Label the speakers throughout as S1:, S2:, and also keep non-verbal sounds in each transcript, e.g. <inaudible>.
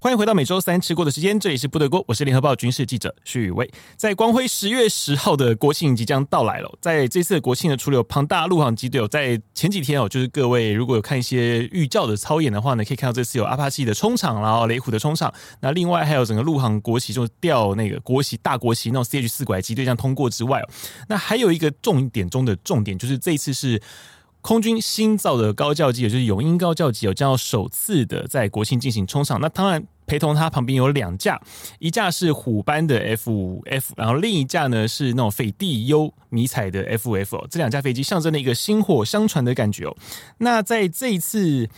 S1: 欢迎回到每周三吃过的时间，这里是部队锅，我是联合报军事记者徐宇威。在光辉十月十号的国庆即将到来了，在这次的国庆呢，除了有庞大陆航机队哦，在前几天哦，就是各位如果有看一些预教的操演的话呢，可以看到这次有阿帕奇的冲场啦，然哦后雷虎的冲场，那另外还有整个陆航国旗就吊那个国旗大国旗那种 CH 四拐机队这样通过之外哦，那还有一个重点中的重点就是这一次是。空军新造的高教机，也就是永鹰高教机，有将要首次的在国庆进行冲场。那当然，陪同它旁边有两架，一架是虎斑的 F 五 F，然后另一架呢是那种斐蒂优迷彩的 F 五 F 哦。这两架飞机象征了一个薪火相传的感觉哦。那在这一次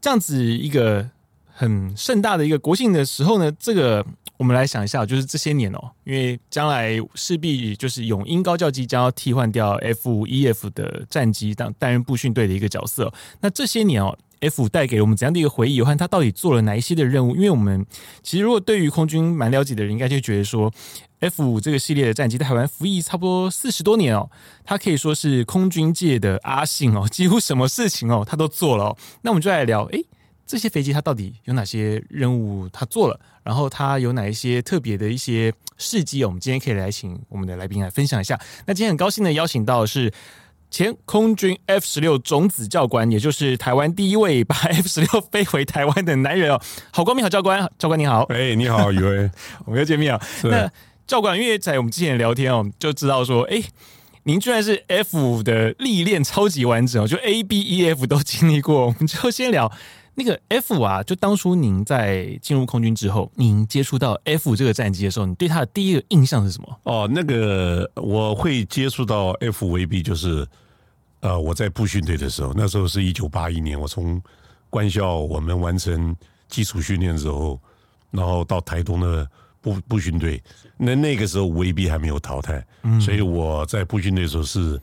S1: 这样子一个很盛大的一个国庆的时候呢，这个我们来想一下，就是这些年哦、因为将来势必就是永鹰高教机将要替换掉 F 五 EF 的战机当担任步训队的一个角色哦、那这些年哦。F 五带给我们怎样的一个回忆？和它到底做了哪一些的任务？因为我们其实如果对于空军蛮了解的人，应该就觉得说，F 五这个系列的战机在台湾服役差不多四十多年哦，它可以说是空军界的阿信哦，几乎什么事情哦，它都做了哦。那我们就来聊，诶，这些飞机它到底有哪些任务它做了，然后它有哪一些特别的一些事迹哦？我们今天可以来请我们的来宾来分享一下。那今天很高兴的邀请到的是前空军 F 十六种子教官，也就是台湾第一位把 F 十六飞回台湾的男人哦，郝光明郝教官，教官你好，
S2: 哎、你好，宇威。
S1: <laughs> 我们又见面了。
S2: 是
S1: 那教官，因为在我们之前聊天哦，就知道说，哎、您居然是 F 五的历练超级完整哦，就 A、B、E、F 都经历过。我们就先聊那个 F 5啊，就当初您在进入空军之后，您接触到 F 5这个战机的时候，你对它的第一个印象是什么？
S2: 哦，那个我会接触到 F 五 AB，就是呃，我在步训队的时候，那时候是一九八一年，我从官校我们完成基础训练之后，然后到台东的步步训队，那那个时候五 AB 还没有淘汰，
S1: 嗯
S2: 所以我在步训队的时候是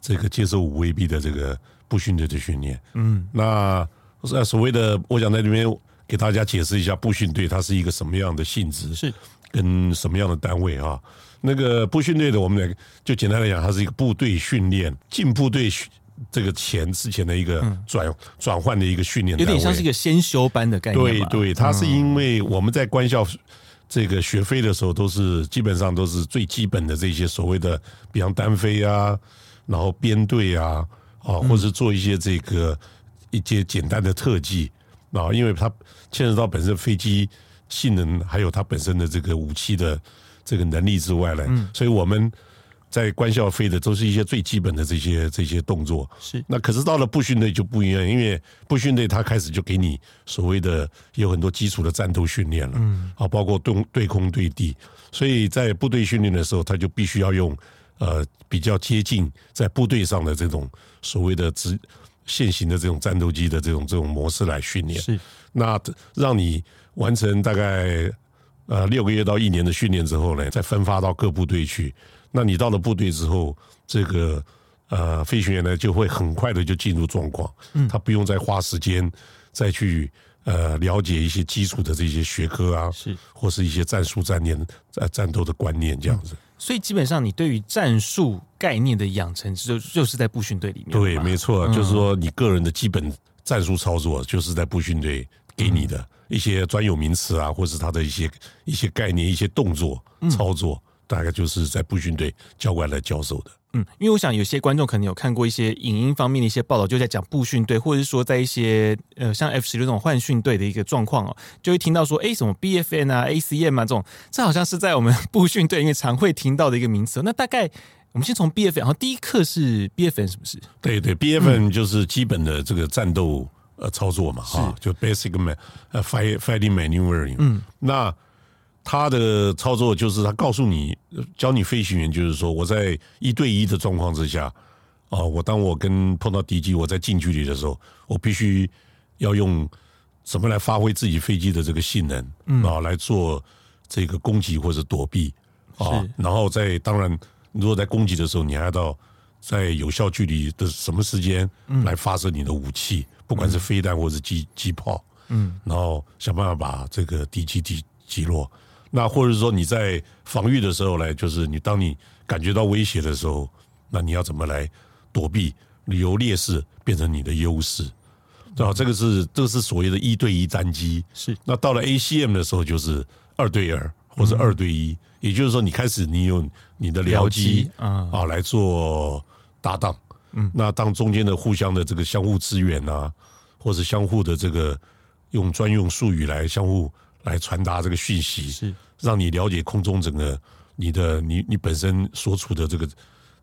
S2: 这个接受五 AB 的这个步训队的训练。嗯，那那所谓的，我想在这边给大家解释一下步训队它是一个什么样的性质，
S1: 是
S2: 跟什么样的单位啊？那个步训队的，我们来就简单来讲，它是一个部队训练，进部队训这个前之前的一个转、转换的一个训
S1: 嗯
S2: 练
S1: 有
S2: 单位，
S1: 点像是一个先修班的概念嗯
S2: 对
S1: 吧
S2: 对，它是因为我们在官校这个学飞的时候，都是基本上都是最基本的这些所谓的，比方单飞啊，然后编队啊，啊，或
S1: 嗯
S2: 是做一些这个一些简单的特技啊，因为它牵扯到本身飞机性能，还有它本身的这个武器的这个能力之外呢，
S1: 嗯
S2: 所以我们。在官校飞的都是一些最基本的这些这些动作，
S1: 是
S2: 那可是到了步训队就不一样，因为步训队他开始就给你所谓的有很多基础的战斗训练了，嗯，啊，包括对对空对地，所以在部队训练的时候，他就必须要用呃比较接近在部队上的这种所谓的直现行的这种战斗机的这种这种模式来训练，
S1: 是
S2: 那让你完成大概呃六个月到一年的训练之后呢，再分发到各部队去。那你到了部队之后，这个呃飞行员呢就会很快的就进入状况，嗯，他不用再花时间再去呃了解一些基础的这些学科啊，
S1: 是，
S2: 或是一些战术、战念、呃战斗的观念这样子。
S1: 所以基本上你对于战术概念的养成，就就是在步训队里面
S2: 对，
S1: 嘛
S2: 没错，就是说你个人的基本战术操作，就是在步训队给你的一些专有名词啊，或是他的一些一些概念、一些动作操作，大概就是在步训队教官来教授的。
S1: 嗯，因为我想有些观众可能有看过一些影音方面的一些报道，就在讲步训队，或者是说在一些呃像 F 十六这种换训队的一个状况哦，就会听到说，哎，什么 BFN 啊、ACM 啊这种，这好像是在我们 <laughs> 步训队里面常会听到的一个名词哦。那大概我们先从 BFN，然后第一课是 BFN 什么事？
S2: 对对，BFN 就是基本的这个战斗呃操作嘛，哈，就 basic man 呃 fight fighting maneuvering。嗯，那他的操作就是他告诉你，呃教你飞行员就是说，我在一对一的状况之下，啊，我当我跟碰到敌机，我在近距离的时候，我必须要用怎么来发挥自己飞机的这个性能，啊，来做这个攻击或者躲避啊
S1: 是，
S2: 然后在当然，如果在攻击的时候，你还要到在有效距离的什么时间来发射你的武器，不管是飞弹或是机机炮，嗯，然后想办法把这个敌机击击落。那或者说你在防御的时候呢，就是你当你感觉到威胁的时候，那你要怎么来躲避，由劣势变成你的优势，然后这个是这个是所谓的一对一单机。
S1: 是
S2: 那到了 ACM 的时候，就是二对二或者二对一，也就是说你开始你有你的僚机
S1: 僚机啊
S2: 啊来做搭档，嗯，那当中间的互相的这个相互支援啊，或是相互的这个用专用术语来相互来传达这个讯息，
S1: 是
S2: 让你了解空中整个你的你你本身所处的这个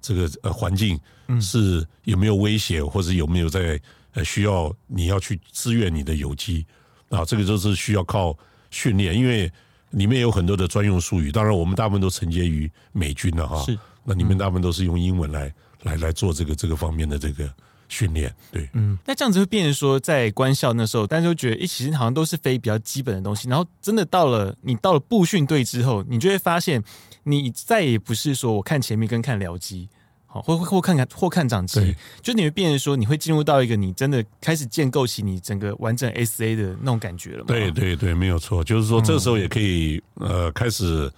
S2: 这个呃环境是有没有威胁，或者有没有在呃需要你要去支援你的有机啊，这个就是需要靠训练，因为里面有很多的专用术语，当然我们大部分都承接于美军了哈，
S1: 是，
S2: 那你们大部分都是用英文来来来做这个这个方面的这个训练，对，
S1: 嗯，那这样子会变成说，在官校那时候，大家就觉得，诶、其实好像都是非比较基本的东西。然后真的到了你到了步训队之后，你就会发现，你再也不是说我看前面跟看僚机，好，或或或看看或看长机
S2: 对，
S1: 就你会变成说，你会进入到一个你真的开始建构起你整个完整 S A 的那种感觉了嘛？
S2: 对对对，没有错，就是说这时候也可以、呃开始，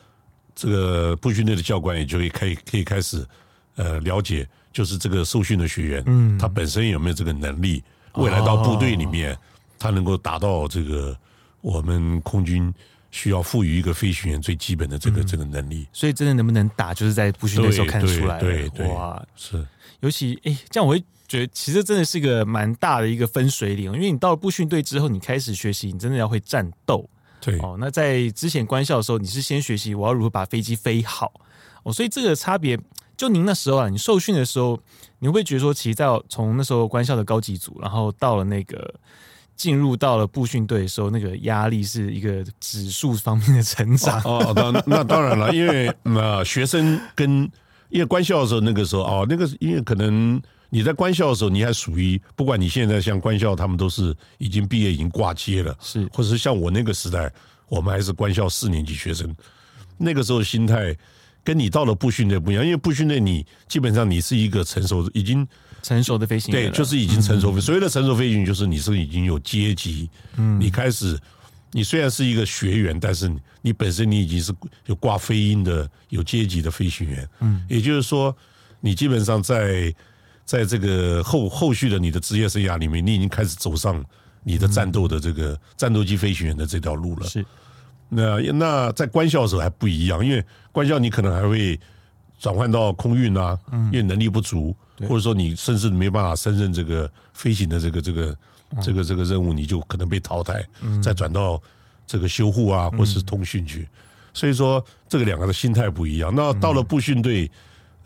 S2: 这个步训队的教官也就可以可以可以开始呃了解，就是这个受训的学员，嗯，哦他本身有没有这个能力，未来到部队里面，他能够达到这个我们空军需要赋予一个飞行员最基本的这个、这个能力，
S1: 所以真的能不能打，就是在步训队的时候
S2: 对
S1: 看得出来了
S2: 对对对
S1: 哇，
S2: 是
S1: 尤其哎、诶这样我会觉得其实真的是个蛮大的一个分水岭，因为你到了步训队之后，你开始学习，你真的要会战斗
S2: 对。
S1: 哦。那在之前官校的时候，你是先学习我要如何把飞机飞好哦，所以这个差别，就您那时候啊，你受训的时候，你会不会觉得说，其实到从那时候官校的高级组，然后到了那个。进入到了步训队的时候，那个压力是一个指数方面的成长，
S2: <laughs> 哦，哦当那当然了，因为那、呃学生跟因为官校的时候，那个时候哦，那个是因为可能你在官校的时候，你还属于不管你现在像官校，他们都是已经毕业，已经挂接了，
S1: 是
S2: 或者是像我那个时代，我们还是官校四年级学生，那个时候心态跟你到了部训队不一样，因为部训队你基本上你是一个成熟，已经
S1: 成熟的飞行员啊
S2: 对，
S1: 了
S2: 就是已经成熟飞。所谓的成熟飞行，就是你是已经有阶级，嗯，你开始，你虽然是一个学员，但是你你本身你已经是有挂飞鹰的、有阶级的飞行员，嗯，也就是说，你基本上在在这个后后续的你的职业生涯里面，你已经开始走上你的战斗的这个、战斗机飞行员的这条路了。
S1: 是
S2: 那那在官校的时候还不一样，因为官校你可能还会转换到空运啊，因为能力不足，或者说你甚至没办法胜任这个飞行的这个这个这个这个任务，你就可能被淘汰，再转到这个修护啊，或是通讯去。所以说，这个两个的心态不一样。那到了部训队，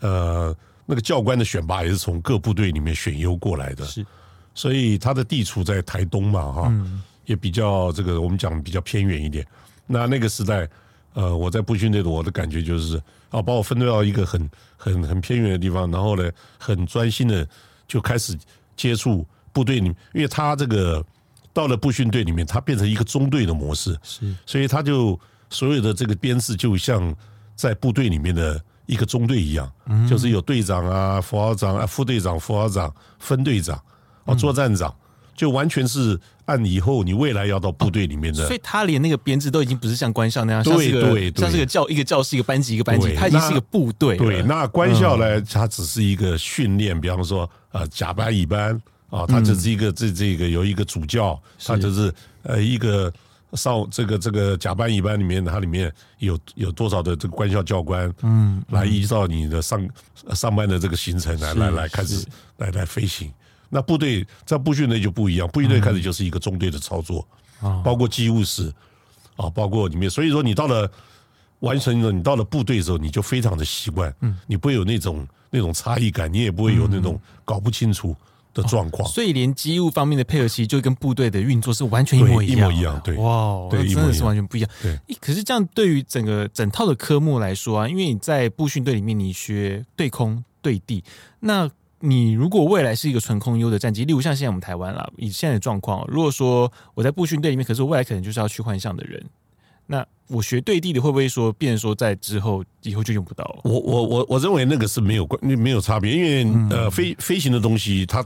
S2: 呃，那个教官的选拔也是从各部队里面选优过来的，
S1: 是
S2: 所以他的地处在台东嘛，哈，也比较这个我们讲比较偏远一点。那那个时代，呃，我在步训队的，我的感觉就是啊，把我分配到一个很很很偏远的地方，然后呢，很专心的就开始接触部队里，因为他这个到了步训队里面，他变成一个中队的模式，
S1: 是
S2: 所以他就所有的这个编制就像在部队里面的一个中队一样，
S1: 嗯
S2: 就是有队长啊、副校长啊、副队长、副校长、分队长啊、
S1: 嗯
S2: 作战长，就完全是按以后你未来要到部队里面的。
S1: 所以他连那个编制都已经不是像官校那样，
S2: 对
S1: 像是个
S2: 对对
S1: 像是个教一个教室一个班级一个班级，
S2: 对
S1: 他已经是一个部队了
S2: 对，嗯那官校呢，它只是一个训练，比方说呃甲班、乙班啊，它只是一个这这个有一个主教，它只是呃一个上这个这个甲班、乙班里面，它里面有有多少的这个官校教官，嗯，来依照你的上上班的这个行程来来来开始来来飞行。那部队在部训队就不一样，部训队开始就是一个中队的操作，包括机务室啊，包括里面，所以说你到了。完成了，你到了部队的时候，你就非常的习惯，嗯，你不会有那种那种差异感，你也不会有那种搞不清楚的状况。
S1: 所以连机务方面的配合，其实就跟部队的运作是完全一模样的，
S2: 对一模一样对
S1: 哇哦，
S2: 对
S1: 那
S2: 一模一
S1: 真
S2: 样
S1: 的是完全不一样。
S2: 对
S1: 诶，可是这样对于整个整套的科目来说啊，因为你在步训队里面，你学对空对地，那你如果未来是一个纯空优的战绩，例如像现在我们台湾啦，以现在的状况，如果说我在步训队里面，可是我未来可能就是要去换项的人，那我学对地的会不会说，变成说在之后以后就用不到了？
S2: 我我我我认为那个是没有关没有差别，因为、
S1: 嗯
S2: 呃飞飞行的东西它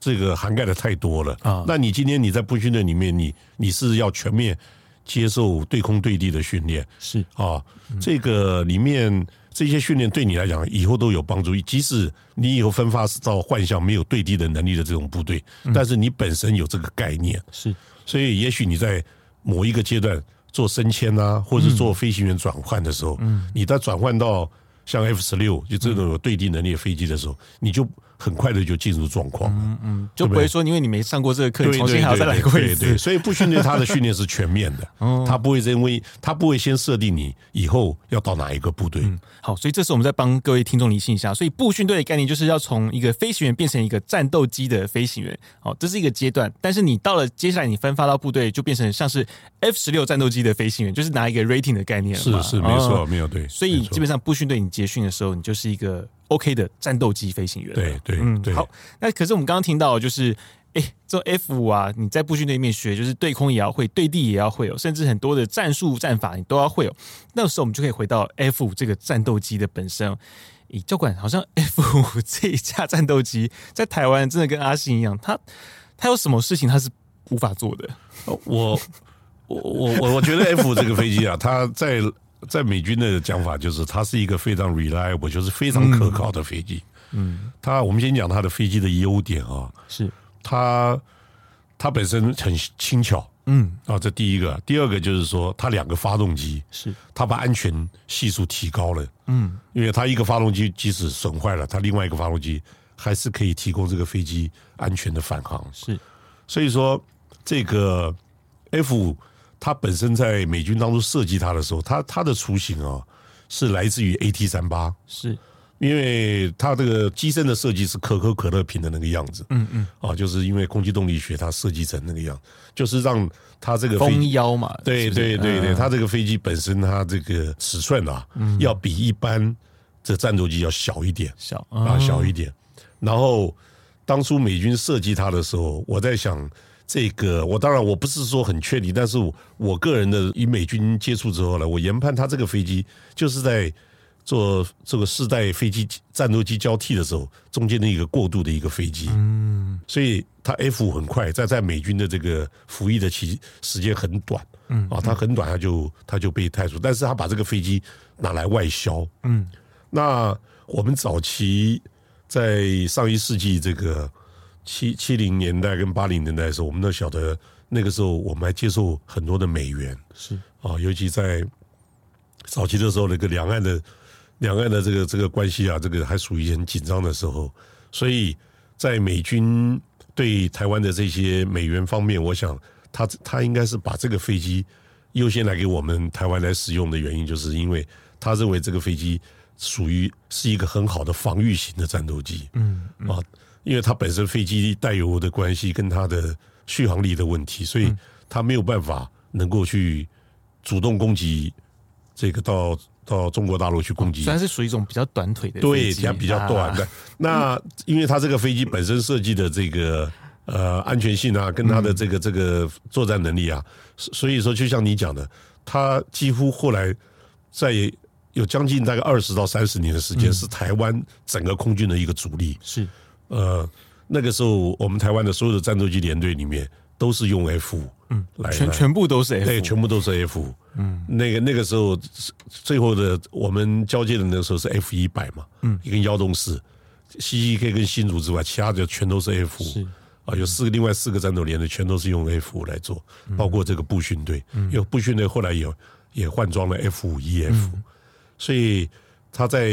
S2: 这个涵盖的太多了
S1: 啊
S2: 那你今天你在步训队里面，你你是要全面接受对空对地的训练
S1: 是嗯
S2: 啊。这个里面这些训练对你来讲以后都有帮助，即使你以后分发到幻象没有对地的能力的这种部队，
S1: 嗯
S2: 但是你本身有这个概念，
S1: 是
S2: 所以也许你在某一个阶段做升迁啊，
S1: 嗯
S2: 或者是做飞行员转换的时候，你在转换到像 F 十六就这种有对地能力的飞机的
S1: 嗯
S2: 时候，你就很快的就进入状况了。
S1: 就不会说因为你没上过这个课，你嗯
S2: 对
S1: 重新还要再来过一
S2: 对对对
S1: 次。哦
S2: 所以不训练他的训练是全面
S1: <laughs>
S2: 的，他不会认为他不会先设定你以后要到哪一个部队。
S1: 好，所以这次我们再帮各位听众理清一下，所以步训队的概念就是要从一个飞行员变成一个战斗机的飞行员，好，这是一个阶段。但是你到了接下来你分发到部队，就变成像是 F 十六战斗机的飞行员，就是拿一个 rating 的概念了嘛
S2: 是是，没错，
S1: 哦
S2: 没有对。
S1: 所以
S2: 没错
S1: 基本上步训队你结训的时候，你就是一个 OK 的战斗机飞行员了。
S2: 对对对，
S1: 嗯好，那可是我们刚刚听到的就是。哎、这 F 五啊，你在步训那面学，就是对空也要会，对地也要会哦，甚至很多的战术战法你都要会哦。那时候我们就可以回到 F 五这个战斗机的本身、哦。咦，教官，好像 <laughs> F 五这一架战斗机在台湾真的跟阿信一样，他他有什么事情他是无法做的？
S2: 我我我我我觉得 F 这个飞机啊，它在在美军的讲法就是它是一个非常 reliable，就是非常可靠的飞机。嗯，它我们先讲它的飞机的优点啊，
S1: 是
S2: 它它本身很轻巧。嗯，啊，这第一个，第二个就是说，它两个发动机，
S1: 是，
S2: 它把安全系数提高了。嗯，因为它一个发动机即使损坏了，它另外一个发动机还是可以提供这个飞机安全的返航。
S1: 是
S2: 所以说，这个 F 五它本身在美军当初设计它的时候，它它的雏形啊、是来自于 AT 三八，
S1: 是
S2: 因为它这个机身的设计是可口可乐瓶的那个样子，嗯嗯，啊，就是因为空气动力学它设计成那个样，就是让它这个飞
S1: 蜂
S2: 机。
S1: 腰嘛？
S2: 对
S1: 是不是
S2: 对对对，
S1: 嗯
S2: 它这个飞机本身它这个尺寸啊，要比一般这战斗机要小一点，
S1: 小
S2: 啊，
S1: 啊
S2: 小一点。然后当初美军设计它的时候，我在想这个，我当然我不是说很确定，但是我我个人的与美军接触之后呢，我研判它这个飞机就是在做这个世代飞机战斗机交替的时候中间的一个过渡的一个飞机。嗯，所以它 F 很快，在在美军的这个服役的期时间很短。嗯啊，它很短，它就它就被汰除，但是它把这个飞机拿来外销，那我们早期在上一世纪这个七七零年代跟八零年代的时候，我们都晓得那个时候我们还接受很多的美元
S1: 是
S2: 啊，尤其在早期的时候，那个两岸的两岸的这个这个关系啊，这个还属于很紧张的时候，所以在美军对台湾的这些美元方面，我想他他应该是把这个飞机优先来给我们台湾来使用的原因，就是因为他认为这个飞机属于是一个很好的防御型的战斗机，嗯啊，因为它本身飞机带油的关系跟它的续航力的问题，所以它没有办法能够去主动攻击这个到到中国大陆去攻击
S1: 虽哦然是属于一种比较短腿的
S2: 对，
S1: 飞机
S2: 它比较短的。
S1: 啊
S2: 那因为它这个飞机本身设计的这个呃安全性啊，跟它的这个这个作战能力啊，所所以说就像你讲的，它几乎后来在有将近大概二十到三十年
S1: 嗯
S2: 的时间，是台湾整个空军的一个主力。
S1: 是
S2: 呃，那个时候我们台湾的所有的战斗机联队里面都是用 F 五，嗯，来
S1: 全
S2: 来
S1: 全部都是 F，
S2: 对，全部都是 F 五。嗯，那个那个时候最后的我们交接的那个时候是 F 一百嘛，嗯，跟幺洞四、西 K 跟新竹之外，其他的全都是 F 五。啊，有四个另外四个战斗连的全都是用 F 五来做，包括这个步训队，因为步训队后来也也换装了 F 五 EF，所以他在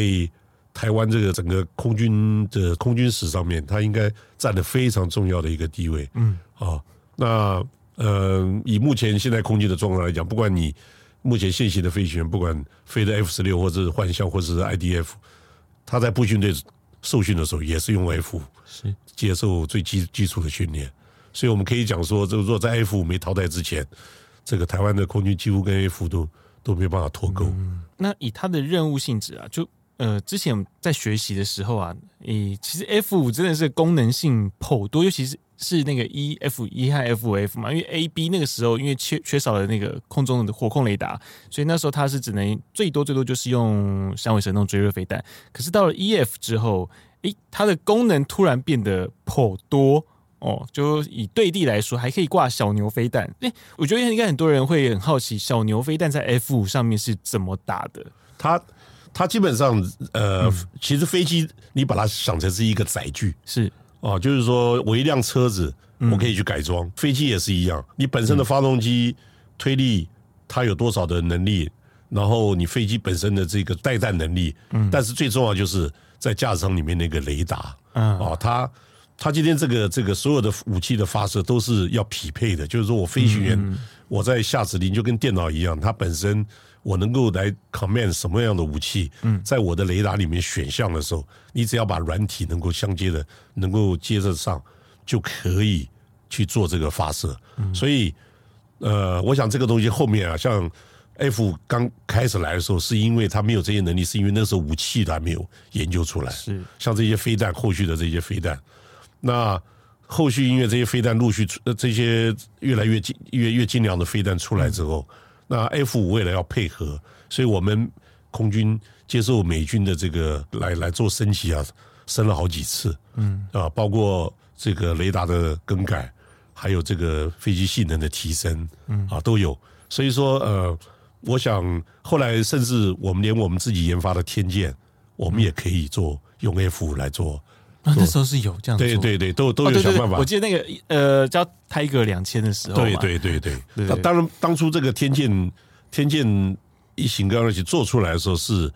S2: 台湾这个整个空军的空军史上面，他应该占了非常重要的一个地位。嗯，啊，那呃，以目前现在空军的状况来讲，不管你目前现行的飞行员，不管飞的 F 十六或者是幻象或者是 IDF，他在步训队受训的时候也是用 F 五
S1: 是
S2: 接受最基基础的训练，所以我们可以讲说，这个如果在 F 五没淘汰之前，这个台湾的空军几乎跟 F 都都没有办法脱钩。
S1: 那以它的任务性质啊，就呃，之前我们在学习的时候啊，以其实 F 五真的是功能性颇多，尤其是是那个 E F 一和 F 五 F 嘛，因为 A B 那个时候因为缺缺少了那个空中的火控雷达，所以那时候它是只能最多最多就是用响尾蛇那种追热飞弹。可是到了 E F 之后，诶，它的功能突然变得颇多。哦，就以对地来说，还可以挂小牛飞弹。哎、我觉得应该很多人会很好奇，小牛飞弹在 F 五上面是怎么打的？
S2: 它它基本上呃，其实飞机你把它想成是一个载具
S1: 是
S2: 哦，就是说我一辆车子我可以去改装，飞机也是一样，你本身的发动机推力它有多少的能力，然后你飞机本身的这个带弹能力，嗯，但是最重要就是在驾驶舱里面那个雷达，
S1: 嗯
S2: 哦，它它今天这个这个所有的武器的发射都是要匹配的，就是说我飞行员、我在下指令就跟电脑一样，它本身我能够来 command 什么样的武器，嗯，在我的雷达里面选项的时候，你只要把软体能够相接的能够接得上，就可以去做这个发射，所以。呃，我想这个东西后面啊，像 F 刚开始来的时候，是因为他没有这些能力，是因为那时候武器还没有研究出来。
S1: 是，
S2: 像这些飞弹，后续的这些飞弹，那后续因为这些飞弹陆续出，呃这些越来越精越越精良的飞弹出来之
S1: 嗯
S2: 后，那 F 五为了要配合，所以我们空军接受美军的这个来来做升级啊，升了好几次。嗯，啊，包括这个雷达的更改，还有这个飞机性能的提升，嗯，啊都有。所以说，呃，我想后来甚至我们连我们自己研发的天剑，我
S1: 嗯
S2: 们也可以做用 F 五来做。
S1: 啊，那时候是有这样做
S2: 对对对，都都
S1: 哦
S2: 有
S1: 对对
S2: 想
S1: 对
S2: 办法
S1: 我。记得那个呃叫 Tiger 两千的时候嘛，
S2: 对对对对，
S1: 对
S2: 那当然，当初这个天剑天剑一型刚二型做出来的时候是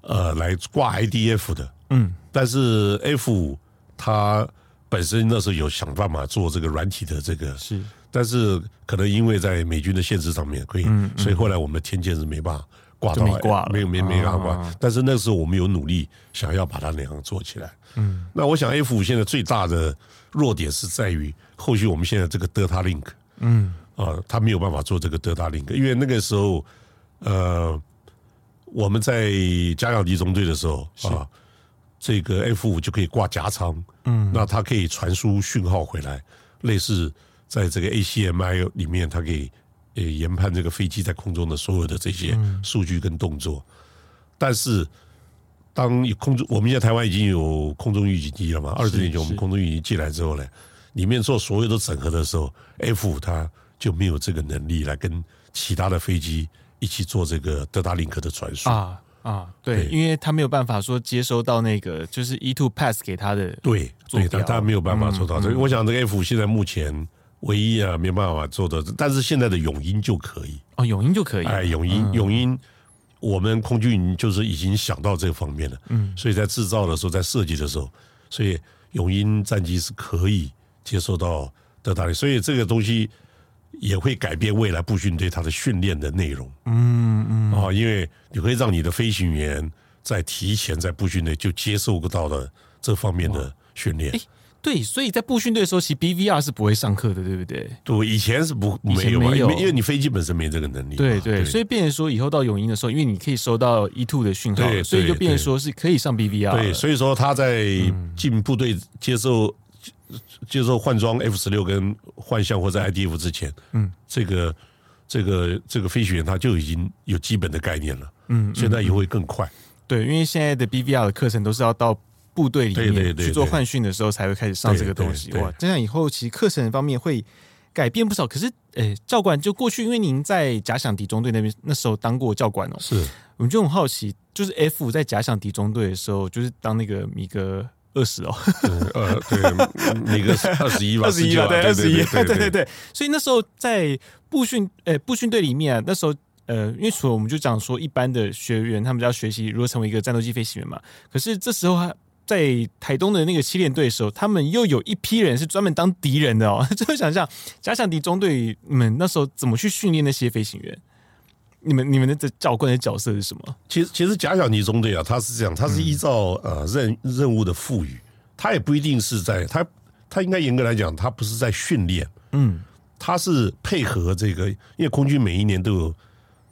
S2: 呃来挂 IDF 的，
S1: 嗯，
S2: 但是 F 五它本身那时候有想办法做这个软体的这个，
S1: 是
S2: 但是可能因为在美军的限制上面可以，所以后来我们天剑是没办法挂到，
S1: 嗯就没挂了
S2: 没有没没办法挂。
S1: 啊
S2: 但是那时候我们有努力想要把它那样做起来。嗯，那我想 F 五现在最大的弱点是在于后续我们现在这个 Delta Link，
S1: 嗯
S2: 啊，他没有办法做这个德达林克，因为那个时候，呃，我们在加养敌中队的时候啊，这个 F 五就可以挂夹舱，嗯，那它可以传输讯号回来，类似在这个 ACMI 里面，它可以呃研判这个飞机在空中的所有的这些
S1: 嗯
S2: 数据跟动作，但是。当空中，我们现在台湾已经有空中预警机了嘛？二十年前我们
S1: 是
S2: 空中预警机进来之后呢，里面做所有的整合的时候，F 五它就没有这个能力来跟其他的飞机一起做这个德达林克的传输。
S1: 啊啊对，
S2: 对
S1: 因为他没有办法说接收到那个就是 E two pass 给他的，
S2: 对，
S1: 坐
S2: 对，
S1: 标
S2: 它它没有办法做到这个。我想这个 F 五现在目前唯一啊没办法做的，但是现在的永鹰就可以。
S1: 哦，永英就可以，
S2: 哎，永鹰，永鹰，我们空军就是已经想到这方面了，嗯，所以在制造的时候，在设计的时候，所以永鹰战机是可以接受到的打理，所以这个东西也会改变未来步训队它的训练的内容，嗯嗯，啊、因为你会让你的飞行员在提前在步训队就接受到了这方面的训练
S1: 哎。对，所以在步训队的时候，其实 BVR 是不会上课的，对不对？
S2: 对，以前是不
S1: 以前
S2: 没有嘛，
S1: 没
S2: 因
S1: 有
S2: 为因为你飞机本身没这个能力嘛，
S1: 对对，所以变成说以后到永英的时候，因为你可以收到 E two 的讯号了
S2: 对
S1: 所以就
S2: 对
S1: 变成
S2: 对
S1: 说是可以上 BVR
S2: 对，
S1: 了
S2: 所以说他在进部队接受、接受换装 F 十六跟换项或者 IDF 之前，嗯，这个这个这个飞行员他就已经有基本的概念了，嗯，现在也会更快。
S1: 对，因为现在的 BVR 的课程都是要到部队里
S2: 对对
S1: 面
S2: 对
S1: 去做
S2: 对
S1: 换训的时候才会开始上这个东西。
S2: 对对
S1: 哇，这样以后其实课程方面会改变不少。可是，诶、教官就过去，因为您在假想敌中队那边那时候当过教官哦、
S2: 是
S1: 我们就很好奇，就是 F 五在假想敌中队的时候，就是当那个米格二十哦，
S2: 呃，对，那个二十一吧，
S1: 二十一
S2: 19
S1: 啊，对，二十一， <laughs>
S2: 对
S1: 对对对。所以那时候在步训，呃，步训队里面、啊，那时候。呃，因为除了我们就讲说一般的学员，他们要学习如何成为一个战斗机飞行员嘛。可是这时候啊，在台东的那个七连队的时候，他们又有一批人是专门当敌人的哦。 <laughs> 就想象假想敌中队你们那时候怎么去训练那些飞行员？你们你们的教官的角色是什么？
S2: 其实其实假想敌中队啊，他是这样，
S1: 嗯
S2: 他是依照、呃任任务的赋予，他也不一定是在他他应该严格来讲，他不是在训练，
S1: 嗯，
S2: 它是配合这个，因为空军每一年都有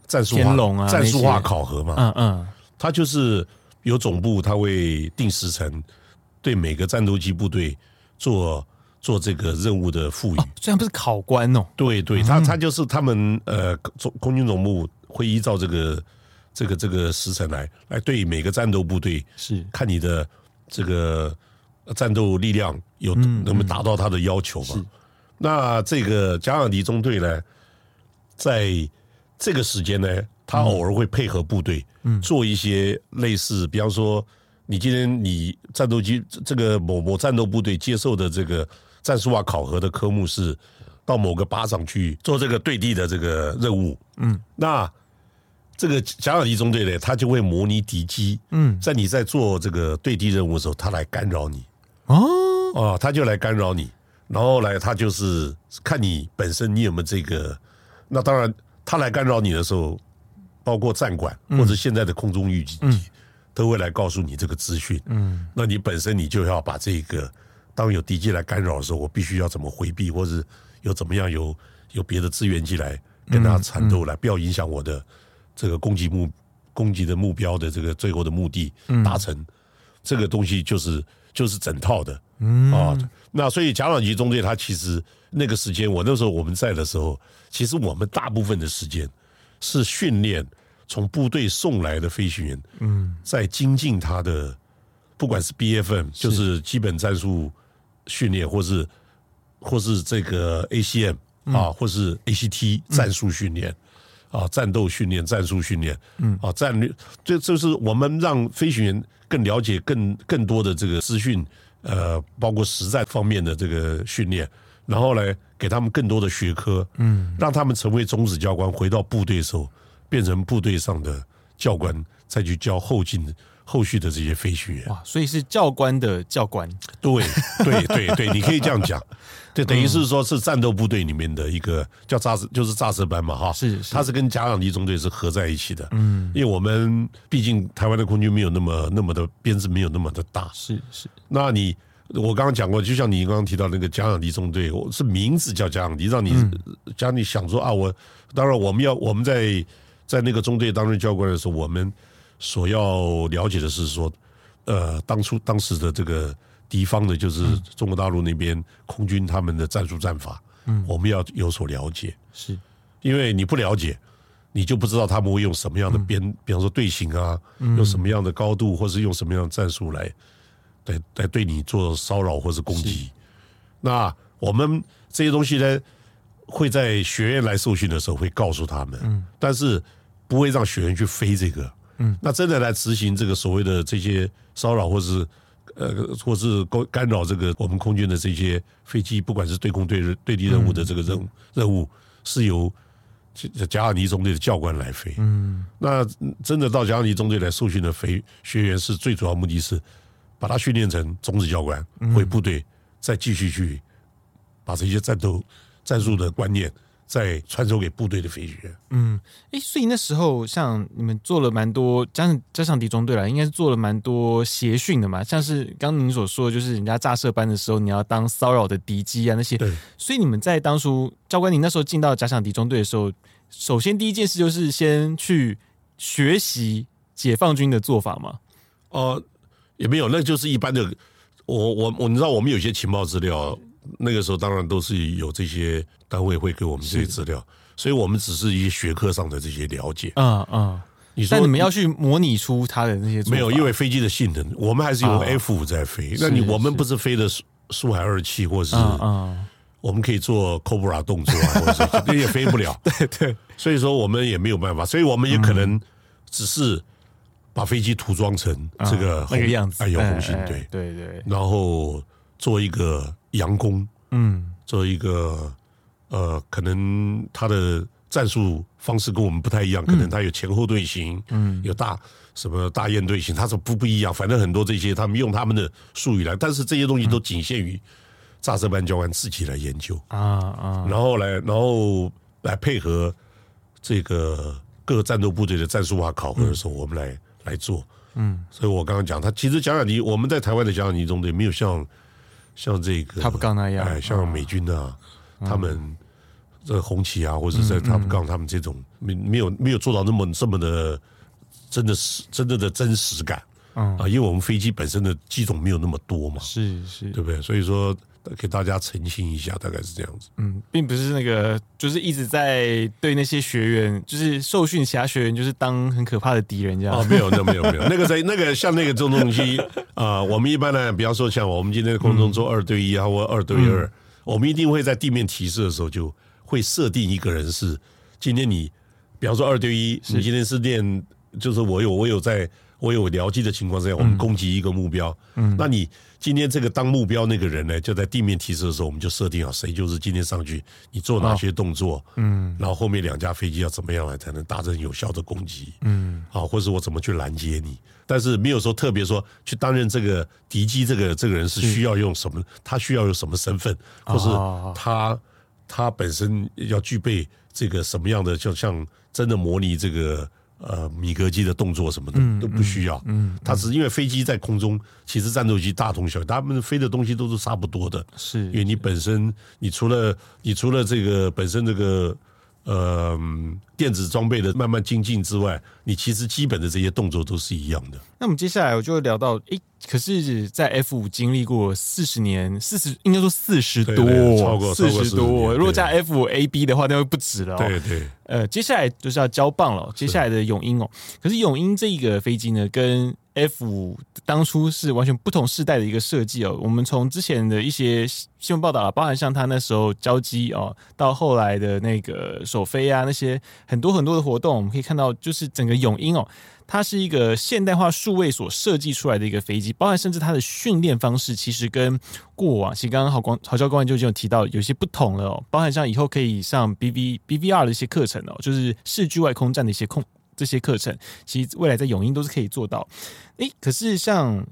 S2: 战术
S1: 天
S2: 化、
S1: 龙啊
S2: 战术
S1: 那
S2: 化
S1: 些
S2: 考核嘛，
S1: 嗯嗯，
S2: 它就是有总部，它会定时程对每个战斗机部队做做这个任务的赋予。
S1: 虽然不是考官哦，
S2: 对对，他他就是他们呃，总空军总部会依照这个这个这个时辰来来对每个战斗部队
S1: 是
S2: 看你的这个战斗力量有能不能达到他的要求嘛？那这个加尔迪中队呢，在这个时间呢，他偶尔会配合部队，做一些类似，比方说，你今天你战斗机这个某某战斗部队接受的这个战术化啊考核的科目是到某个靶场去做这个对地的这个任务，嗯，那。这个假想敌中队呢，他就会模拟敌机，嗯，在你在做这个对地任务的时候，他来干扰你，
S1: 哦，
S2: 哦，他就来干扰你，然后来他就是看你本身你有没有这个。那当然，他来干扰你的时候，包括站管或者现在的空中预警机，都会来告诉你这个资讯。嗯，那你本身你就要把这个，当有敌机来干扰的时候，我必须要怎么回避，或是有怎么样有有别的支援机来跟他缠斗来，不要影响我的这个攻击目攻击的目标的这个最后的目的达成。这个东西就是就是整套的，嗯啊，那所以假想级中队它其实那个时间，我那时候我们在的时候，其实我们大部分的时间是训练从部队送来的飞行员，嗯，在精进他的不管是 BFM 就是基本战术训练，或是或是这个 ACM 啊，或是 ACT 战术训练。啊，战斗训练、战术训练，嗯，啊，战略，这这是我们让飞行员更了解更更多的这个资讯，呃，包括实战方面的这个训练，然后呢，给他们更多的学科，嗯，让他们成为种子教官，回到部队的时候变成部队上的教官，再去教后进后续的这些飞行员。
S1: 哇，所以是教官的教官，
S2: 对对对对，你可以这
S1: <laughs>
S2: 样讲，对，等于是说是战斗部队里面的一个叫炸死，就是炸死班嘛，哈，
S1: 是是
S2: 它是跟假想敌中队是合在一起的，嗯，因为我们毕竟台湾的空军没有那么那么的编制没有那么的大，
S1: 是是，
S2: 那你我刚刚讲过，就像你刚刚提到那个假想敌中队，我是名字叫假想敌，让你、让你想说啊，我当然我们要我们在在那个中队担任教官的时候，我们所要了解的是说，呃，当初当时的这个敌方的就是中国大陆那边空军他们的战术战法，嗯，我们要有所了解，
S1: 是
S2: 因为你不了解，你就不知道他们会用什么样的编，比方说队形啊，用什么样的高度，或是用什么样的战术来来来对你做骚扰或是攻击。那我们这些东西呢，会在学员来受训的时候会告诉他们，但是不会让学员去飞这个。嗯，那真的来执行这个所谓的这些骚扰或是呃，或是干干扰这个我们空军的这些飞机，不管是对空对对地任务的这个任务、任务，是由这加尔尼中队的教官来飞。嗯，那真的到加尔尼中队来受训的飞学员，是最主要目的是把他训练成种子教官，回部队再继续去把这些战斗战术的观念再传授给部队的飞行员。
S1: 哎，所以那时候像你们做了蛮多，加上加上敌中队来，应该是做了蛮多协训的嘛。像是刚刚您所说的，就是人家炸射班的时候，你要当骚扰的敌机啊那些。
S2: 对，
S1: 所以你们在当初教官，你那时候进到假想敌中队的时候，首先第一件事就是先去学习解放军的做法嘛。
S2: 哦、也没有，那就是一般的。我我我，你知道我们有些情报资料，那个时候当然都是有这些单位会给我们这些资料，所以我们只是一些学科上的这些了解。
S1: 嗯嗯。
S2: 你说
S1: 但你们要去模拟出他的那些做法
S2: 啊没有，因为飞机的性能，我们还是用
S1: 哦
S2: F 五在飞。那你我们
S1: 是
S2: 不是飞的苏苏海二七，或是
S1: 嗯嗯
S2: 我们可以做 Cobra 动作啊，或者是那也飞不
S1: <laughs>
S2: 了。
S1: 对对嗯
S2: 所以说我们也没有办法，所以我们也可能只是把飞机涂装成这个
S1: 啊那
S2: 红
S1: 个样子
S2: 哎有红星
S1: 哎哎
S2: 对，
S1: 对对
S2: 然后做一个佯攻，
S1: 嗯
S2: 做一个呃，可能他的战术方式跟我们不太一样，可能他有前后队形，嗯，有大什么大雁队形，他是不不一样。反正很多这些他们用他们的术语来，但是这些东西都仅限于炸射班教官自己来研究，
S1: 啊啊
S2: 然后来然后来配合这个各战斗部队的战术化考核的
S1: 嗯
S2: 时候，我们来来做。嗯，所以我刚刚讲，他其实假想敌，我们在台湾的假想敌中队没有像像这个
S1: Top Gun 那样嗯
S2: 哎，像美军啊，他们这红旗啊，或者在 Top Gun 他们这种没没有没有做到那么这么的真的是真正的真实感。
S1: 嗯
S2: 啊，因为我们飞机本身的机种没有那么多嘛，
S1: 是是
S2: 对不对？所以说给大家澄清一下，大概是这样子。
S1: 嗯，并不是那个，就是一直在对那些学员，就是受训其他学员，就是当很可怕的敌人这样。
S2: 哦，没有，那没有没有，那个在那个像那个这种东西啊、我们一般呢，比方说像我们今天空中做二对一啊，或二对二，我们一定会在地面提示的时候就会设定一个人是今天你，比方说二对一，你今天是练，就是我有我有在我有僚机的情况之下，我们攻击一个目标，嗯，那你今天这个当目标那个人呢，就在地面提示的时候，我们就设定好谁就是今天上去你做哪些动作，嗯，然后后面两架飞机要怎么样来才能达成有效的攻击，嗯，啊，或是我怎么去拦截你，但是没有说特别说去担任这个敌机这个这个人是啊需要用什么，他需要有什么身份，或是
S1: 哦
S2: 他他本身要具备这个什么样的，就像真的模拟这个呃米格机的动作什么的、都不需要。嗯，它只是因为飞机在空中，其实战斗机大同小异，它们飞的东西都是差不多的。
S1: 是
S2: 因为你本身你除了你除了这个本身这个呃电子装备的慢慢精进之外，你其实基本的这些动作都是一样的。
S1: 那我们接下来我就聊到，诶、可是，在 F 五经历过四十年，四十应该说四十
S2: 对
S1: 多
S2: 对，超过超
S1: 四
S2: 过
S1: 十
S2: 40
S1: 多。
S2: 年
S1: 如果
S2: 对
S1: 加 F 五 AB 的话，那就不止了、哦。
S2: 对对，
S1: 呃，接下来就是要交棒了，接下来的永鹰哦。可是永鹰这个飞机呢，跟 F 五当初是完全不同世代的一个设计哦。我们从之前的一些新闻报道啊，包含像他那时候交机哦，到后来的那个首飞啊，那些很多很多的活动，我们可以看到，就是整个永鹰哦，它是一个现代化数位所设计出来的一个飞机，包含甚至它的训练方式，其实跟过往，其实刚刚郝光郝教官就已经有提到，有些不同了、哦，包含像以后可以上 B V B V R 的一些课程哦，就是视距外空战的一些空这些课程，其实未来在永鹰都是可以做到。诶，可是像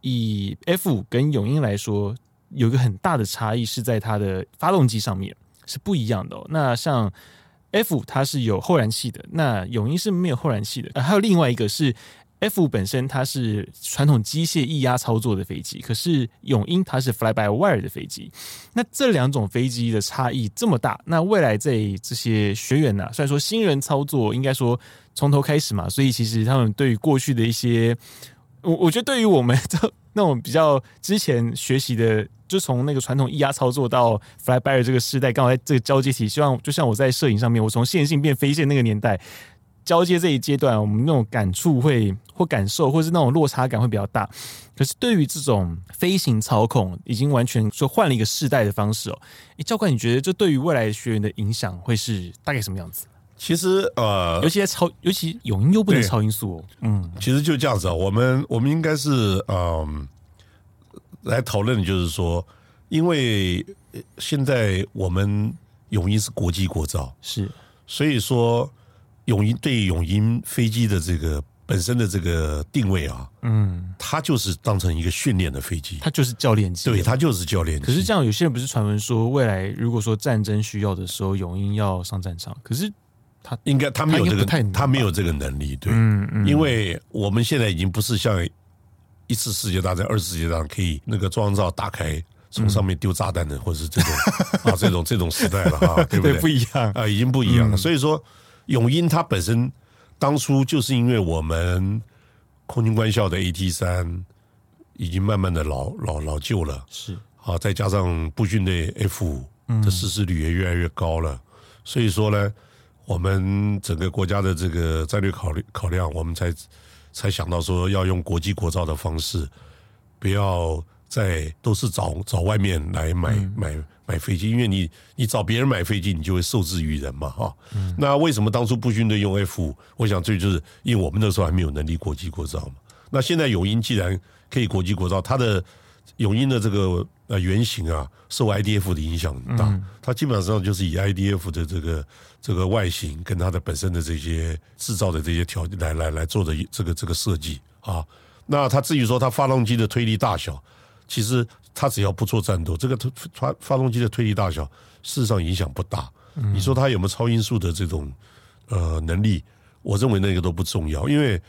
S1: 以 F 五跟永鹰来说，有一个很大的差异是在它的发动机上面是不一样的、哦。那像 F 5它是有后燃器的，那永鹰是没有后燃器的。呃还有另外一个是 F 5本身它是传统机械液压操作的飞机，可是永鹰它是 fly by wire 的飞机。那这两种飞机的差异这么大，那未来在这些学员啊呐、虽然说新人操作应该说从头开始嘛，所以其实他们对于过去的一些，我我觉得对于我们 <laughs> 这那种比较之前学习的，就从那个传统液压操作到 fly by wire 这个时代，刚好在这个交接期，希望就像我在摄影上面，我从线性变非线那个年代。交接这一阶段，我们那种感触会或感受，或是那种落差感会比较大。可是对于这种飞行操控，已经完全说换了一个世代的方式哦。诶，教官，你觉得这对于未来学员的影响会是大概什么样子？
S2: 其实呃
S1: 尤，其在超，尤其永音又不能
S2: 对
S1: 超音速哦。嗯，
S2: 其实就这样子啊，我们我们应该是嗯、来讨论，就是说，因为呃现在我们永鹰是国际国造，
S1: 是
S2: 所以说永鹰对永鹰飞机的这个本身的这个定位啊，嗯，它就是当成一个训练的飞机，
S1: 他就是教练级。
S2: 对，，它就是教练机。
S1: 可是这样，有些人不是传闻说，未来如果说战争需要的时候，永音要上战场。可是，
S2: 应该他没有
S1: 他
S2: 这
S1: 应该
S2: 个
S1: 不太能吧
S2: 他没有这个能力，对，
S1: 嗯嗯，
S2: 因为我们现在已经不是像一次世界大战、二次世界大战可以那个装罩打开，从上面丢炸弹的，或者
S1: <laughs>
S2: 是这种啊这种这种时代了哈，对不对？
S1: 一样。嗯
S2: 啊，已经不一样了。所以说，永英它本身当初就是因为我们空军官校的 AT 三已经慢慢的老老老旧了，
S1: 是
S2: 啊，再加上步训队 F 五的失事率也越来越高了，所以说呢，我们整个国家的这个战略考虑考量，我们才才想到说要用国际国造的方式，不要再都是找找外面来买、买买飞机，因为你你找别人买飞机，你就会受制于人嘛，哈、那为什么当初步军队用 F 五？我想这就是因为我们那时候还没有能力国际国造嘛。那现在永鹰既然可以国际国造，它的永鹰的这个呃原型啊，受 IDF 的影响很大，它基本上就是以 IDF 的这个这个外形跟它的本身的这些制造的这些条件来来来做的这个这个设计啊。那它至于说它发动机的推力大小，其实它只要不做战斗，这个推发发动机的推力大小事实上影响不大。你说它有没有超音速的这种呃能力？我认为那个都不重要，因为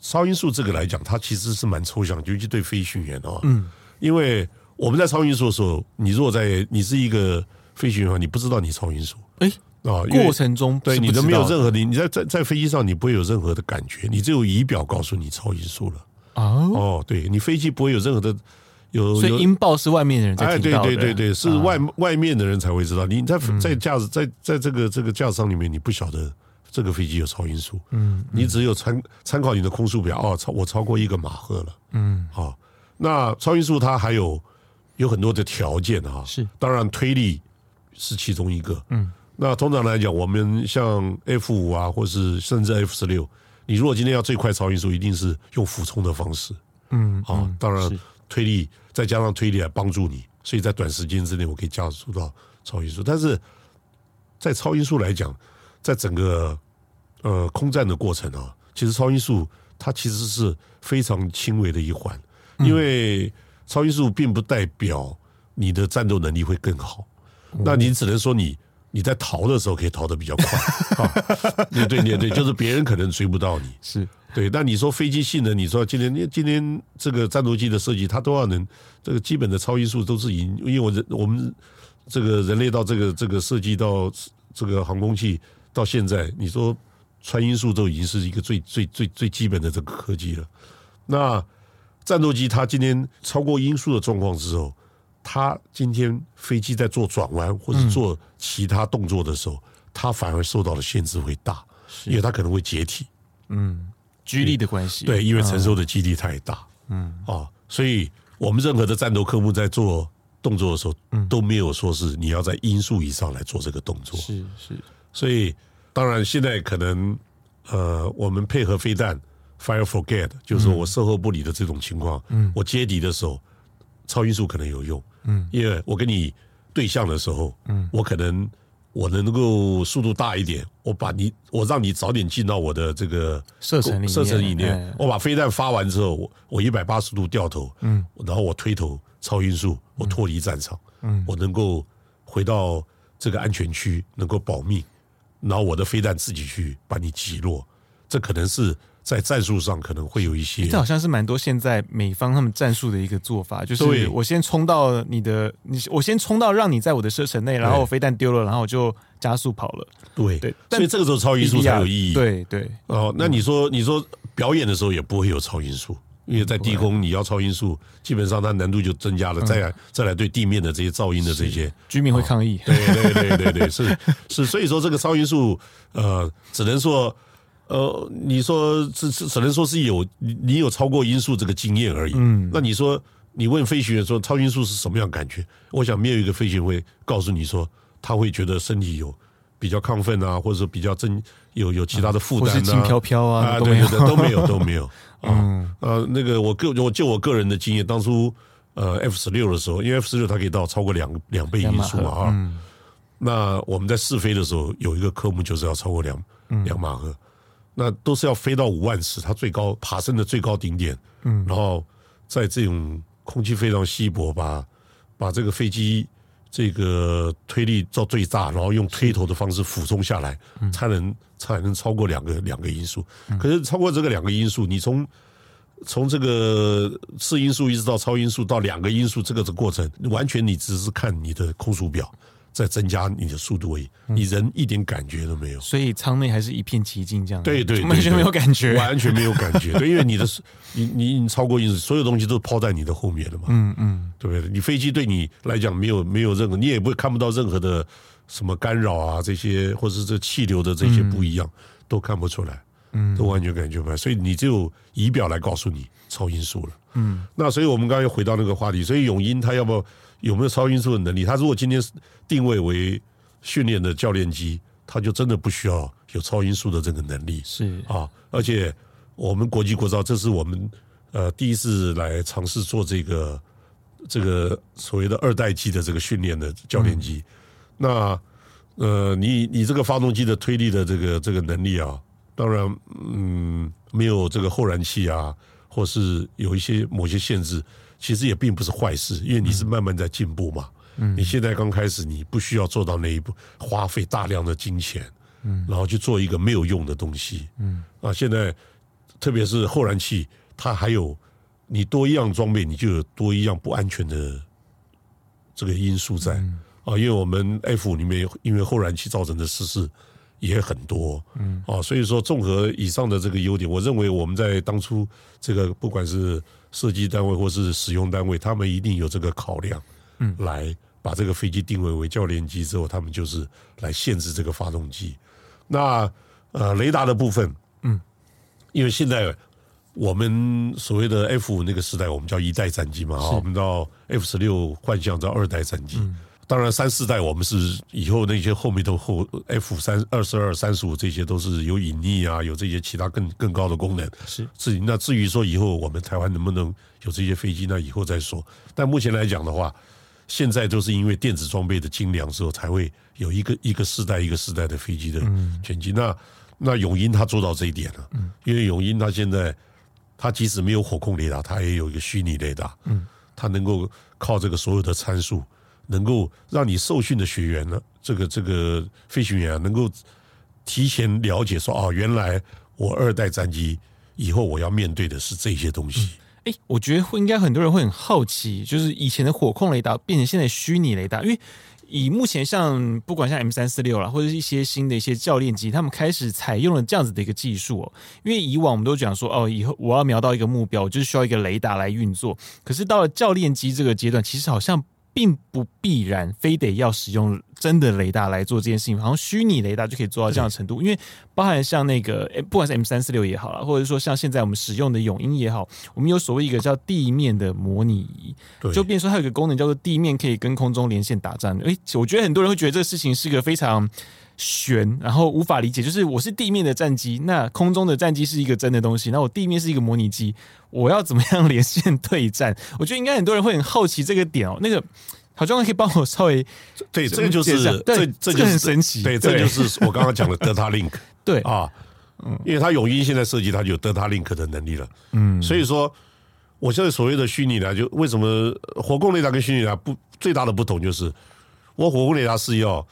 S2: 超音速这个来讲，它其实是蛮抽象，尤其对飞行员哦。嗯，因为我们在超音速的时候，你如果在你是一个飞行员的话，你不知道你超音速
S1: 哎，
S2: 啊，因为
S1: 过程中
S2: 对
S1: 是不
S2: 你都
S1: 知
S2: 没有
S1: 道的
S2: 任何的，你在在在飞机上你不会有任何的感觉，你只有仪表告诉你超音速了。
S1: 哦，
S2: 哦，对你飞机不会有任何的有
S1: 所以
S2: 有
S1: 音爆是外面的人在
S2: 哎，
S1: 听
S2: 对
S1: 到的，嗯
S2: 对对对，是
S1: 啊
S2: 外、外面的人才会知道。你在在架子在在这个这个架子上里面，你不晓得这个飞机有超音速，嗯，你只有参参考你的空速表哦，超我超过一个马赫了，
S1: 嗯，
S2: 好、那超音速它还有有很多的条件哈、
S1: 是
S2: 当然推力是其中一个，嗯，那通常来讲，我们像 F 五啊，或是甚至 F 十六，你如果今天要最快超音速，一定是用俯冲的方式，
S1: 嗯，
S2: 啊、当然推力再加上推力来帮助你，所以在短时间之内我可以加速到超音速。但是在超音速来讲，在整个呃空战的过程啊，其实超音速它其实是非常轻微的一环，
S1: 嗯
S2: 因为超音速并不代表你的战斗能力会更好，
S1: 哦
S2: 那你只能说你。你在逃的时候可以逃得比较
S1: <laughs>
S2: 快，啊，对对对对，就是别人可能追不到你，
S1: 是
S2: 对，那你说飞机性能，你说今天今天这个战斗机的设计，它都要能这个基本的超音速都是以，因为我人我们这个人类到这个这个设计到这个航空器到现在，你说穿音速都已经是一个最最最最基本的这个科技了。那战斗机它今天超过音速的状况之后，它今天飞机在做转弯或者做其他动作的时候，它反而受到的限制会大，因为它可能会解体。
S1: 居力的关系，
S2: 对，因为承受的基地太大，嗯，哦，所以我们任何的战斗科目在做动作的时候，都没有说是你要在音速以上来做这个动作，
S1: 是是，
S2: 所以当然现在可能呃，我们配合飞弹 fire forget，就是说我售后不理的这种情况，嗯，我接敌的时候，超音速可能有用，嗯，因为我跟你对象的时候，嗯，我可能我能够速度大一点，我把你我让你早点进到我的这个
S1: 射程里面
S2: 射程里面
S1: 哎，
S2: 我把飞弹发完之后，我我一百八十度掉头，嗯，然后我推头超音
S1: 嗯
S2: 速，我脱离战场，嗯，我能够回到这个安全区，能够保命，然后我的飞弹自己去把你击落，这可能是在战术上可能会有一些
S1: 哎这好像是蛮多现在美方他们战术的一个做法，就是
S2: 对
S1: 我先冲到你的，你我先冲到让你在我的射程内，然后飞弹丢了，然后我就加速跑了。
S2: 对
S1: 对但
S2: 所以这个时候超音速才有意义。
S1: 对对，
S2: 哦，那你说你说表演的时候也不会有超音速，因为在地空你要超音速，基本上它难度就增加了，再来再来对地面的这些噪音的这些。
S1: 居民会抗议。
S2: 哦对对对对对，是是，所以说这个超音速，呃，只能说，呃，你说只只只能说是有你你有超过音速这个经验而已。嗯，那你说你问飞行员说超音速是什么样感觉？我想没有一个飞行员会告诉你说他会觉得身体有比较亢奋啊，或者说比较增有有其他的负
S1: 或
S2: 担啊，
S1: 是轻飘飘啊
S2: 啊，
S1: 都
S2: 对
S1: 没有嗯
S2: 对对，都没有都没
S1: <laughs>
S2: 有。啊，呃，那个我个我就我个人的经验，当初呃 F 十六的时候，因为 F 十六它可以到超过两两倍音速嘛啊。
S1: 嗯
S2: 那我们在试飞的时候，有一个科目就是要超过两、
S1: 嗯
S2: 两马赫，那都是要飞到五万尺，它最高爬升的最高顶点，嗯，然后在这种空气非常稀薄，把把这个飞机这个推力到最大，然后用推头的方式俯冲下来，才能才能超过两个两个因素。可是超过这个两个因素，你从从这个次因素一直到超音速到两个因素这个的过程，完全你只是看你的空速表在增加你的速度而已，你人一点感觉都没有。
S1: 所以舱内还是一片寂静，这样
S2: 对对，对
S1: 完全没有感觉。
S2: 完全没有感觉。对，因为你的你你你超过因素，所有东西都抛在你的后面了嘛。嗯嗯，对不对？你飞机对你来讲没有没有任何，你也不会看不到任何的什么干扰啊，这些或是这气流的这些不一样、都看不出来，嗯，都完全感觉不出来。所以你只有仪表来告诉你超音速了。嗯，那所以我们刚刚又回到那个话题，所以永英他要不要有没有超音速的能力？他如果今天定位为训练的教练机，他就真的不需要有超音速的这个能力。
S1: 是
S2: 啊，而且我们国际国造，这是我们呃第一次来尝试做这个这个所谓的二代机的这个训练的教练机。那呃，你你这个发动机的推力的这个这个能力啊，当然嗯，没有这个后燃器啊，或是有一些某些限制，其实也并不是坏事，因为你是慢慢在进步嘛。嗯，你现在刚开始，你不需要做到那一步，花费大量的金钱，嗯，然后去做一个没有用的东西，嗯，啊，现在特别是后燃器，它还有你多一样装备，你就有多一样不安全的嗯这个因素在、啊。因为我们 F 里面有因为后燃器造成的失事，也很多，嗯，哦，所以说综合以上的这个优点，我认为我们在当初这个不管是设计单位或是使用单位，他们一定有这个考量，嗯，来把这个飞机定位为教练机之后，他们就是来限制这个发动机。那呃，雷达的部分，嗯，因为现在我们所谓的 F 五那个时代，我们叫一代战机嘛，哈，我们到 F 十六幻象叫二代战机。当然，三四代我们是以后那些后面的后 F 三二十二、三十五这些都是有隐匿啊，有这些其他更更高的功能。
S1: 是
S2: 至于那至于说以后我们台湾能不能有这些飞机，那以后再说。但目前来讲的话，现在都是因为电子装备的精良之后，才会有一个一个世代一个世代的飞机的前进。那那永鹰它做到这一点了，因为永鹰它现在它即使没有火控雷达，它也有一个虚拟雷达，嗯，它能够靠这个所有的参数，能够让你受训的学员呢，这个这个飞行员啊，能够提前了解说哦，原来我二代战机以后我要面对的是这些东西。
S1: 哎、我觉得会应该很多人会很好奇，就是以前的火控雷达变成现在的虚拟雷达，因为以目前像不管像 M 三四六啦，或者是一些新的一些教练机，他们开始采用了这样子的一个技术哦。因为以往我们都讲说，哦，以后我要瞄到一个目标，我就是需要一个雷达来运作。可是到了教练机这个阶段，其实好像并不必然非得要使用真的雷达来做这件事情，好像虚拟雷达就可以做到这样的程度。因为包含像那个，诶不管是 M 三四六也好啦，或者说像现在我们使用的永鹰也好，我们有所谓一个叫地面的模拟仪，
S2: 对，
S1: 就变成说它有一个功能叫做地面可以跟空中连线打战。诶、我觉得很多人会觉得这个事情是个非常悬，然后无法理解，就是我是地面的战机，那空中的战机是一个真的东西，那我地面是一个模拟机，我要怎么样连线对战？我觉得应该很多人会很好奇这个点哦。那个好像可以帮我稍微
S2: 对，
S1: 这
S2: 这个就
S1: 这
S2: 是
S1: 样对
S2: 这
S1: 这
S2: 这
S1: 个
S2: 就是
S1: 很神奇
S2: 对，这
S1: 对嗯
S2: 就是我刚
S1: <laughs>
S2: 刚讲的 Delta Link
S1: 对
S2: 啊，因为它永鹰现在设计它就有 Delta Link 的能力了，嗯，所以说我现在所谓的虚拟雷达，就为什么火控雷达跟虚拟雷达不最大的不同就是，我火控雷达是要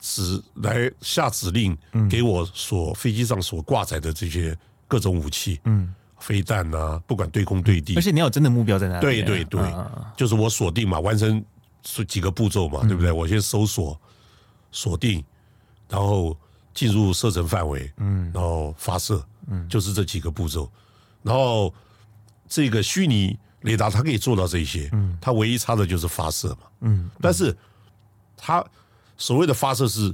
S2: 指来下指令
S1: 嗯
S2: 给我所飞机上所挂载的这些各种武器，嗯，飞弹啊，不管对空对地，
S1: 而且你要有真的目标在哪里？
S2: 对对对
S1: 啊
S2: 就是我锁定嘛，完成是几个步骤嘛，对不对？我先搜索、锁定，然后进入射程范围，嗯，然后发射，嗯，就是这几个步骤。然后这个虚拟雷达它可以做到这些，嗯，它唯一差的就是发射嘛，嗯，但是它所谓的发射是，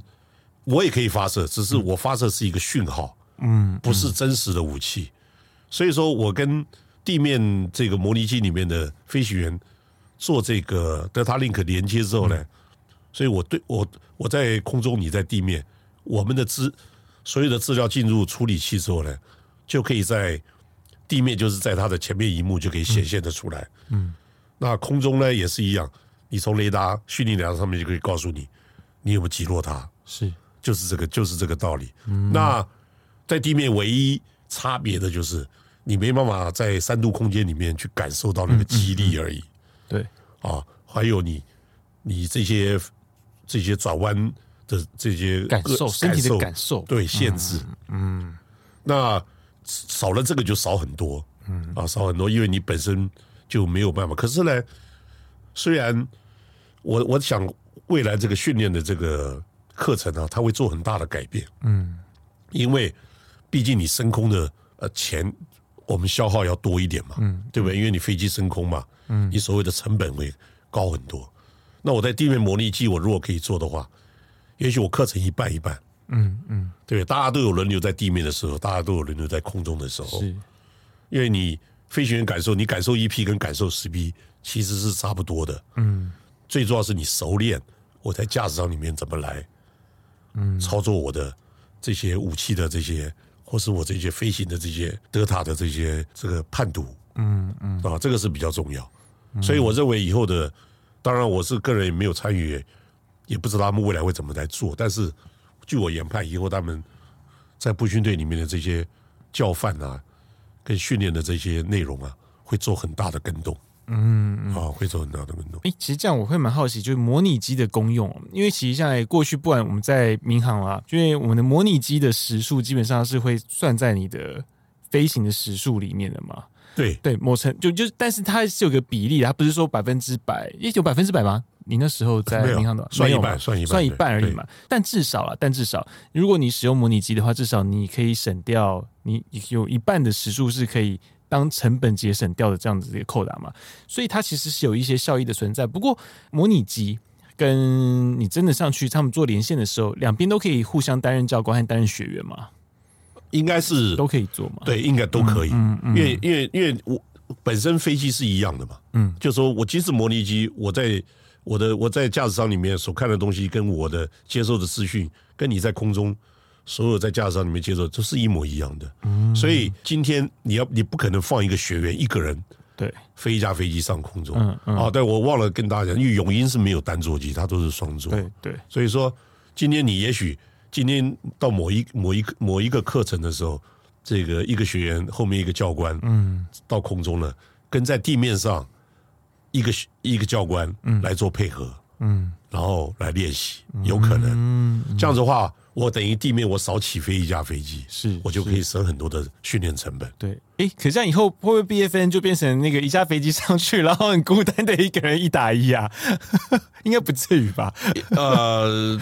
S2: 我也可以发射，只是我发射是一个讯号，嗯，不是真实的武器。所以说我跟地面这个模拟机里面的飞行员做这个 Delta Link 连接之后呢，所以我对我我在空中，你在地面，我们的资所有的资料进入处理器之后呢，就可以在地面，就是在它的前面一幕就可以显现的出来。嗯，那空中呢也是一样，你从雷达虚拟雷达上面就可以告诉你，你有没有击落它，
S1: 是
S2: 就是这个，就是这个道理。那在地面唯一差别的就是，你没办法在三度空间里面去感受到那个激励而已、
S1: 对，
S2: 啊。还有你，你这些这些转弯的这些
S1: 感受身体的感
S2: 感
S1: 受
S2: 对限制，嗯，那少了这个就少很多，嗯啊，少很多，因为你本身就没有办法。可是呢，虽然我我想未来这个训练的这个课程啊，它会做很大的改变，嗯，因为毕竟你升空的呃钱，我们消耗要多一点嘛，嗯，对不对？因为你飞机升空嘛，嗯，你所谓的成本会高很多。那我在地面模拟机，我如果可以做的话，也许我课程一半一半，嗯对，大家都有轮流在地面的时候，大家都有轮流在空中的时候，
S1: 是
S2: 因为你飞行员感受，你感受一 P 跟感受十 P 其实是差不多的。嗯，最重要是你熟练我在驾驶舱里面怎么来，嗯，操作我的这些武器的这些，或是我这些飞行的这些德塔的这些这个判读，嗯嗯，啊，这个是比较重要。所以我认为以后的，当然我是个人也没有参与，也不知道他们未来会怎么来做，但是据我研判，以后他们在步训队里面的这些教范啊，跟训练的这些内容啊，会做很大的跟动。嗯，啊，会做很大的跟动。
S1: 诶，其实这样我会蛮好奇，就是模拟机的功用哦，因为其实像在过去，不管我们在民航啊，因为我们的模拟机的时数基本上是会算在你的飞行的时数里面的嘛。
S2: 对，
S1: 对，某程就就是，但是它是有个比例的，它不是说百分之百，也有百分之百吗？你那时候在
S2: 没有
S1: 银行的
S2: 算
S1: 没有
S2: 一半
S1: 嘛
S2: 算一半
S1: 算一
S2: 对
S1: 半而已嘛。但至少啊，但至少，如果你使用模拟机的话，至少你可以省掉，你你有一半的时数是可以当成本节省掉的这样子的一个扣打嘛。所以它其实是有一些效益的存在。不过模拟机跟你真的上去他们做连线的时候，两边都可以互相担任教官和担任学员嘛，
S2: 应该是
S1: 都可以做嘛。
S2: 对，应该都可以，因为因为因为我本身飞机是一样的嘛，嗯，就说我即使模拟机，我在我的我在驾驶舱里面所看的东西，跟我的接受的资讯，跟你在空中所有在驾驶舱里面接受，都是一模一样的，嗯，所以今天你要你不可能放一个学员一个人
S1: 对
S2: 飞一架飞机上空中，
S1: 嗯嗯
S2: 啊，但我忘了跟大家讲，因为永鹰是没有单座机，它都是双座，
S1: 对对，
S2: 所以说，今天你也许今天到某一某一某一个课程的时候，这个一个学员后面一个教官，嗯，到空中了，跟在地面上一个一个教官，嗯，来做配合，
S1: 嗯，
S2: 然后来练习，有可能，嗯，这样子的话，我等于地面我少起飞一架飞机，
S1: 是
S2: 我就可以省很多的训练成本。
S1: 对，诶，可这样以后会不会 BFN 就变成那个一架飞机上去，然后很孤单的一个人一打一啊？ <laughs> 应该不至于吧？
S2: 呃，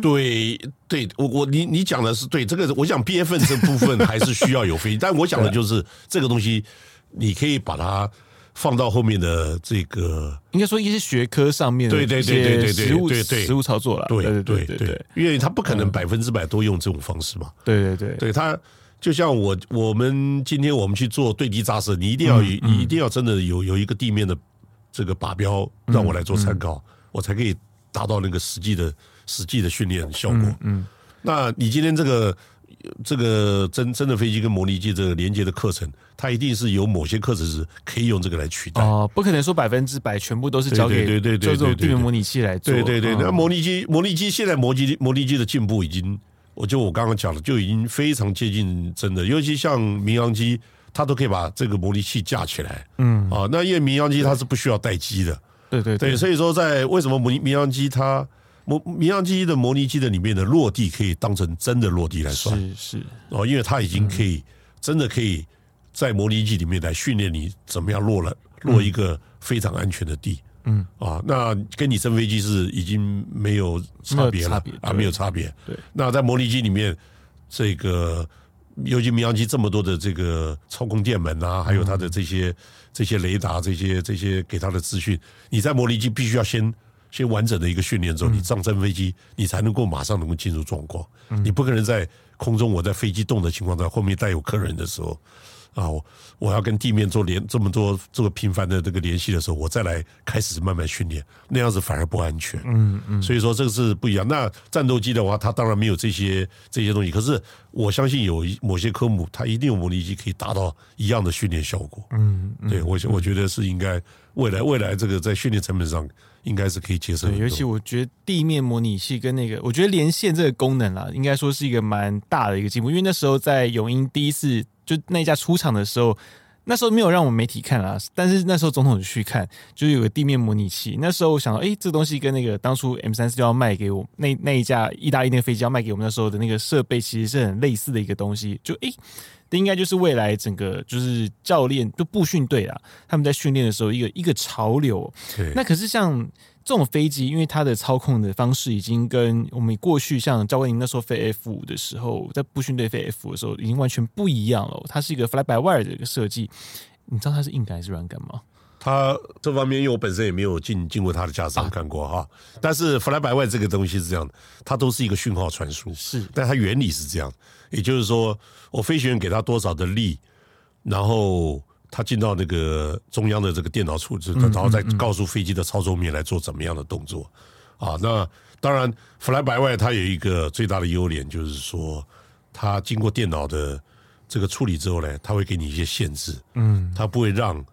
S2: 对对，我我你你讲的是对，这个我想 B F 这部分还是需要有飞机， <laughs> 但我讲的就是这个东西，你可以把它放到后面的这个，
S1: 应该说一些学科上面的
S2: 对对
S1: 一些
S2: 对对对对
S1: 实务
S2: 对对
S1: 实务操作了。
S2: 对
S1: 对
S2: 对
S1: 对
S2: 对，嗯因为它不可能百分之百都用这种方式嘛，
S1: 对对对对
S2: 对它。就像我我们今天我们去做对地扎实，你一
S1: 嗯
S2: 定要有、你一定要真的有有一个地面的这个靶标让我来做参
S1: 嗯
S2: 考，我才可以达到那个实际的实际的训练效果。
S1: 嗯，
S2: 那你今天这个这个真真的飞机跟模拟机这个连接的课程，它一定是有某些课程是可以用这个来取代。
S1: 哦，不可能说百分之百全部都是交给
S2: 对对对对
S1: 就这
S2: 对
S1: 种地
S2: 对
S1: 面
S2: 对
S1: 模拟器来做。
S2: 对对对，
S1: 嗯
S2: 那模拟机模拟机现在模拟机模拟机的进步已经，我就我刚刚讲的就已经非常接近真的，尤其像民航机，它都可以把这个模拟器架起来。嗯啊，那因为民航机它是不需要待机的，
S1: 对对
S2: 对，所以说在为什么模拟民航机它模民航机的模拟机的里面的落地可以当成真的落地来算。
S1: 是嗯是，
S2: 哦，因为它已经可以、真的可以在模拟机里面来训练你怎么样落了
S1: 嗯
S2: 落一个非常安全的地。嗯啊，那跟你升飞机是已经没有差别了
S1: 没有差别
S2: 啊，
S1: 对
S2: 没有差别。
S1: 对，
S2: 那在模拟机里面，这个尤其民航机这么多的这个操控电门
S1: 嗯
S2: 啊，还有它的这些、这些雷达、这些这些给它的资讯，你在模拟机必须要先先完整的一个训练之后，
S1: 嗯
S2: 你上升飞机，你才能够马上能够进入状况。
S1: 嗯
S2: 你不可能在空中我在飞机动的情况下，后面带有客人的时候。啊，我我要跟地面做连这么多这个频繁的这个联系的时候，我再来开始慢慢训练，那样子反而不安全。嗯嗯，所以说这个是不一样。那战斗机的话，它当然没有这些这些东西，可是我相信有一某些科目，它一定有模拟机可以达到一样的训练效果。嗯，对我我觉得是应该未来未来这个在训练成本上应该是可以节省
S1: 对，
S2: 很
S1: 尤
S2: 多。
S1: 其我觉得地面模拟器跟那个，我觉得连线这个功能啦，应该说是一个蛮大的一个进步。因为那时候在永英第一次就那一架出场的时候，那时候没有让我们媒体看啦，但是那时候总统去看，就是有个地面模拟器。那时候我想到，哎、这东西跟那个当初 M 三四六要卖给我那那一架意大利那个飞机要卖给我们那时候的那个设备，其实是很类似的一个东西。就哎。诶这应该就是未来整个就是教练就步训队啊，他们在训练的时候一个一个潮流哦、
S2: 对
S1: 那可是像这种飞机，因为它的操控的方式已经跟我们过去像赵文宁那时候飞 F 五的时候，在步训队飞 F 的时候已经完全不一样了哦。它是一个 fly by wire 的一个设计，你知道它是硬感还是软感吗？
S2: 它这方面，因为我本身也没有进进过它的驾驶舱看过哈，但是 fly by wire 这个东西是这样的，它都是一个讯号传输，
S1: 是
S2: 但它原理是这样，也就是说，我飞行员给他多少的力，然后他进到那个中央的这个电脑处置，然后再告诉飞机的操作面来做怎么样的动作。啊，那当然，fly by wire 它有一个最大的优点，就是说它经过电脑的这个处理之后呢，它会给你一些限制，嗯，它不会让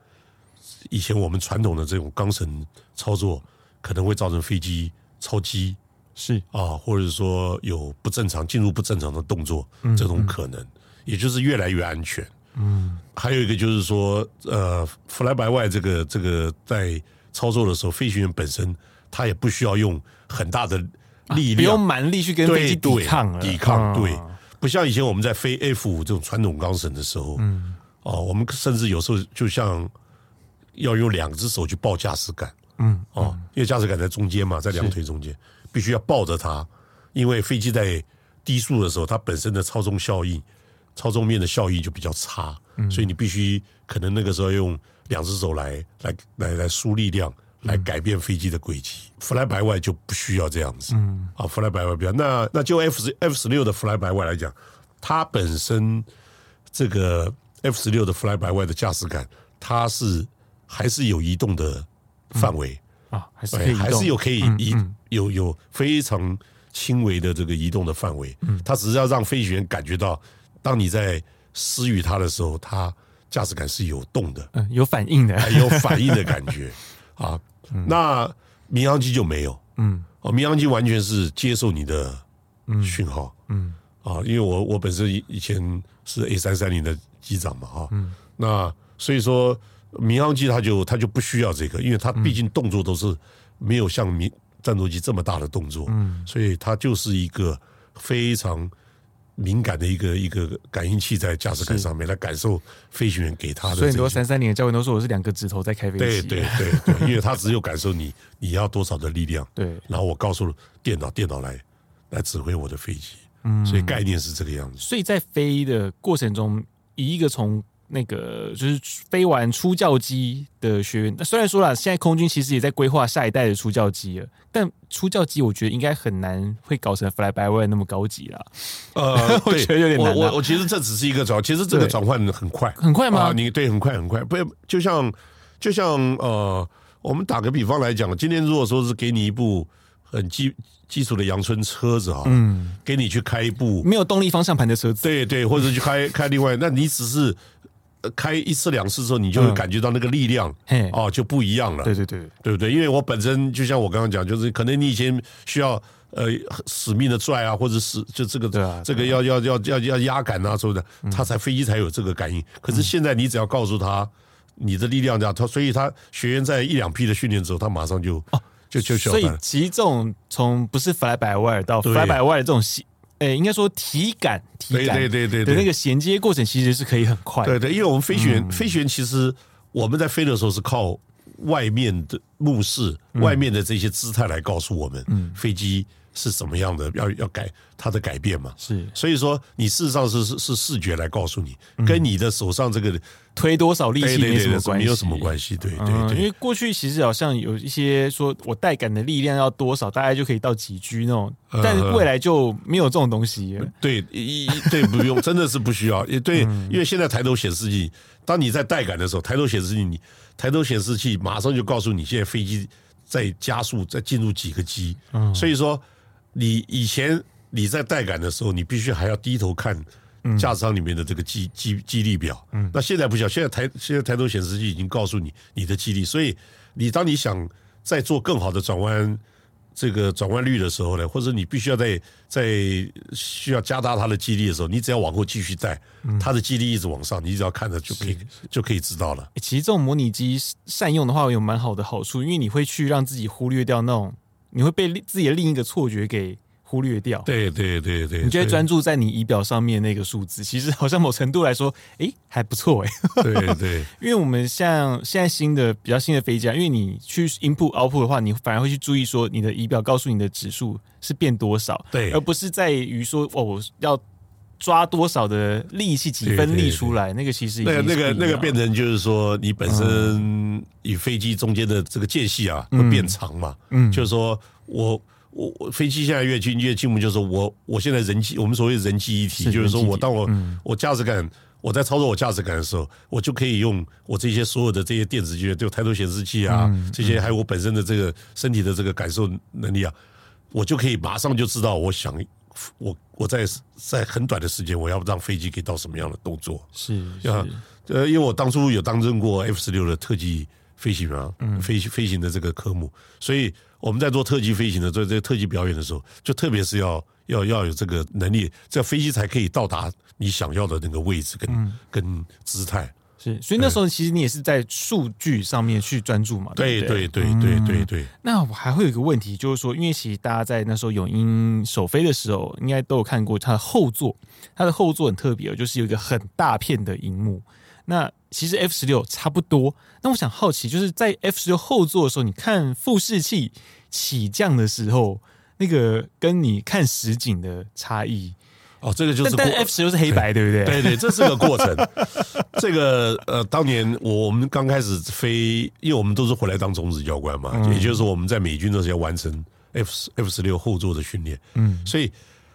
S2: 以前我们传统的这种钢绳操作可能会造成飞机超机
S1: 是
S2: 啊，或者说有不正常进入不正常的动作，
S1: 嗯
S2: 这种可能，也就是越来越安全。嗯，还有一个就是说，呃，fly by wire 这个这个在操作的时候，飞行员本身他也不需要用很大的
S1: 啊
S2: 力量，
S1: 不用蛮力去跟飞
S2: 对
S1: 机
S2: 对
S1: 抵抗了，
S2: 抵
S1: 嗯
S2: 抗
S1: 嗯
S2: 对，不像以前我们在飞 F 五这种传统钢绳的时候，哦，我们甚至有时候就像要用两只手去抱驾驶杆，
S1: 嗯，
S2: 哦，因为驾驶杆在中间嘛，在两腿中间，必须要抱着它，因为飞机在低速的时候，它本身的操纵效应、操纵面的效应就比较差，所以你必须可能那个时候用两只手来来来来输力量，来改变飞机的轨迹。fly by wire 就不需要这样子，嗯，啊，fly by wire 比较那那就 F 十 F 十六的 fly by wire 来讲，它本身这个 F 十六的 fly by wire 的驾驶杆，它是还是有移动的范围。
S1: 啊，还是可以
S2: 对，
S1: 移动嗯
S2: 还是有可以移、有有非常轻微的这个移动的范围。
S1: 嗯
S2: 它只是要让飞行员感觉到，当你在施予它的时候，它驾驶感是有动的，
S1: 嗯有反应的，
S2: 还有反应的感
S1: <laughs>
S2: 觉啊。那民航机就没有，
S1: 嗯
S2: 哦，民航机完全是接受你的讯号，嗯，啊，因为我我本身以以前是 A 三三零的机长嘛，哈、嗯，那所以说民航机它就它就不需要这个，因为它毕竟动作都是没有像民战斗机这么大的动作，嗯，所以它就是一个非常。敏感的一个一个感应器在驾驶杆上面来感受飞行员给他的这
S1: 所以
S2: 些，
S1: 很多三三零的教官都说我是两个指头在开飞
S2: 对
S1: 机，
S2: 对对对，因为他只有感受你你要多少的力量，
S1: 对
S2: 然后我告诉电脑，电脑来来指挥我的飞机，嗯，所以概念是这个样子。
S1: 所以在飞的过程中，以一个从那个就是飞完初教机的学员，那虽然说了，现在空军其实也在规划下一代的初教机了，但初教机我觉得应该很难会搞成 fly by wire 那么高级啦，<laughs>
S2: 呃，
S1: 我
S2: 对
S1: 觉得有点难啊
S2: 我我我其实这只是一个转，其实这个
S1: 对
S2: 转换很快，
S1: 很快吗
S2: 啊你对，很快很快，不就像就像呃，我们打个比方来讲，今天如果说是给你一部很基基础的阳春车子啊，嗯，给你去开一部
S1: 没有动力方向盘的车子，
S2: 对对，或者去开开另外，那你只是呃开一次两次之后，你就会
S1: 嗯
S2: 感觉到那个力量、
S1: 嘿
S2: 哦就不一样了，
S1: 对对对，
S2: 对不对？因为我本身就像我刚刚讲，就是可能你以前需要呃死命的拽啊，或者是就这个、
S1: 对啊嗯
S2: 这个要要要要要压感啊什么的，它才飞机才有这个感应。可是现在你只要告诉他你的力量这样，他所以他学员在一两批的训练之后，他马上就、就就就
S1: 哦所以其实这种从不是 fly by wire 到
S2: 对
S1: fly by wire 这种系，诶、应该说体感体
S2: 对
S1: 感
S2: 对对对
S1: 的
S2: 对
S1: 那个衔接过程其实是可以很快的，
S2: 对对，因为我们飞行员，
S1: 嗯
S2: 飞行员其实我们在飞的时候是靠外面的目视、
S1: 嗯
S2: 外面的这些姿态来告诉我们飞机是什么样的，要要改它的改变嘛。
S1: 是
S2: 所以说，你事实上是是是视觉来告诉你，跟你的手上这个
S1: 推多少力
S2: 对
S1: 气
S2: 对
S1: 嗯没什
S2: 对
S1: 么
S2: 是
S1: 关系，
S2: 没有什么关系。对
S1: 嗯，
S2: 对
S1: 因为
S2: 对，
S1: 过去其实好像有一些说我带感的力量要多少，大概就可以到几 G 那种，
S2: 呃
S1: 但是未来就没有这种东西了。
S2: 对一一对不用，真的是不需要。也对，因为现在抬头显示器，当你在带感的时候，抬头显示器你抬头显示器马上就告诉你现在飞机在加速，在进入几个 G。所以说，你以前你在带感的时候，你必须还要低头看驾驶舱里面的这个机机机力表。嗯，那现在不需要，现在抬现在抬头显示器已经告诉你你的机力，所以你当你想再做更好的转弯。这个转弯率的时候呢，或者你必须要在在需要加大它的机力的时候，你只要往后继续带，它的机力一直往上，你只要看着就可以就可以知道了。
S1: 欸其实这种模拟机善用的话，有蛮好的好处，因为你会去让自己忽略掉那种，你会被另自己的另一个错觉给忽略掉。
S2: 对对对对，
S1: 你就会
S2: 所以
S1: 专注在你仪表上面那个数字，其实好像某程度来说，诶、还不错诶、
S2: 对对
S1: 因为我们像现在新的比较新的飞机啊，因为你去 input output 的话，你反而会去注意说你的仪表告诉你的指数是变多少，
S2: 对
S1: 而不是在于说哦我要抓多少的力气几分力出来，那个其实已经
S2: 那个
S1: 是不一样
S2: 那个那个变成就是说，你本身与飞机中间的这个间隙啊，会变长嘛。嗯，就是说我我我飞机现在越进越进步，就是说我我现在人机，我们所谓人机一体，嗯
S1: 是
S2: 就是说
S1: 人机一
S2: 我
S1: 体
S2: 当我、我驾驶感。我在操作我驾驶感的时候，我就可以用我这些所有的这些电子机，就抬头显示器啊，这些还有我本身的这个身体的这个感受能力啊，我就可以马上就知道我想我我在在很短的时间，我要让飞机给到什么样的动作。
S1: 是
S2: 啊
S1: 是，
S2: 呃，因为我当初有担任过 F 十六的特技飞行员、啊，
S1: 嗯
S2: 飞行飞行的这个科目，所以我们在做特技飞行的做这个特技表演的时候，就特别是要要要有这个能力，这飞机才可以到达你想要的那个位置跟、
S1: 嗯
S2: 跟姿态。
S1: 是，所以那时候其实你也是在数据上面去专注嘛，
S2: 对
S1: 不
S2: 对对
S1: 嗯
S2: 对对对，
S1: 那我还会有一个问题，就是说，因为其实大家在那时候永鹰首飞的时候，应该都有看过它的后座，它的后座很特别哦，就是有一个很大片的荧幕。那其实 F 十六差不多。那我想好奇，就是在 F 十六后座的时候，你看复式器起降的时候，那个跟你看实景的差异。
S2: 哦，这个就是
S1: 但但
S2: 过
S1: F 十六是黑白， <laughs> 对不对？
S2: 对对，这是个过
S1: <laughs>
S2: 程。这个呃，当年我我们刚开始飞，因为我们都是回来当种子教官嘛，
S1: 嗯
S2: 也就是我们在美军的时候要完成 F F 十六后座的训练。嗯，所以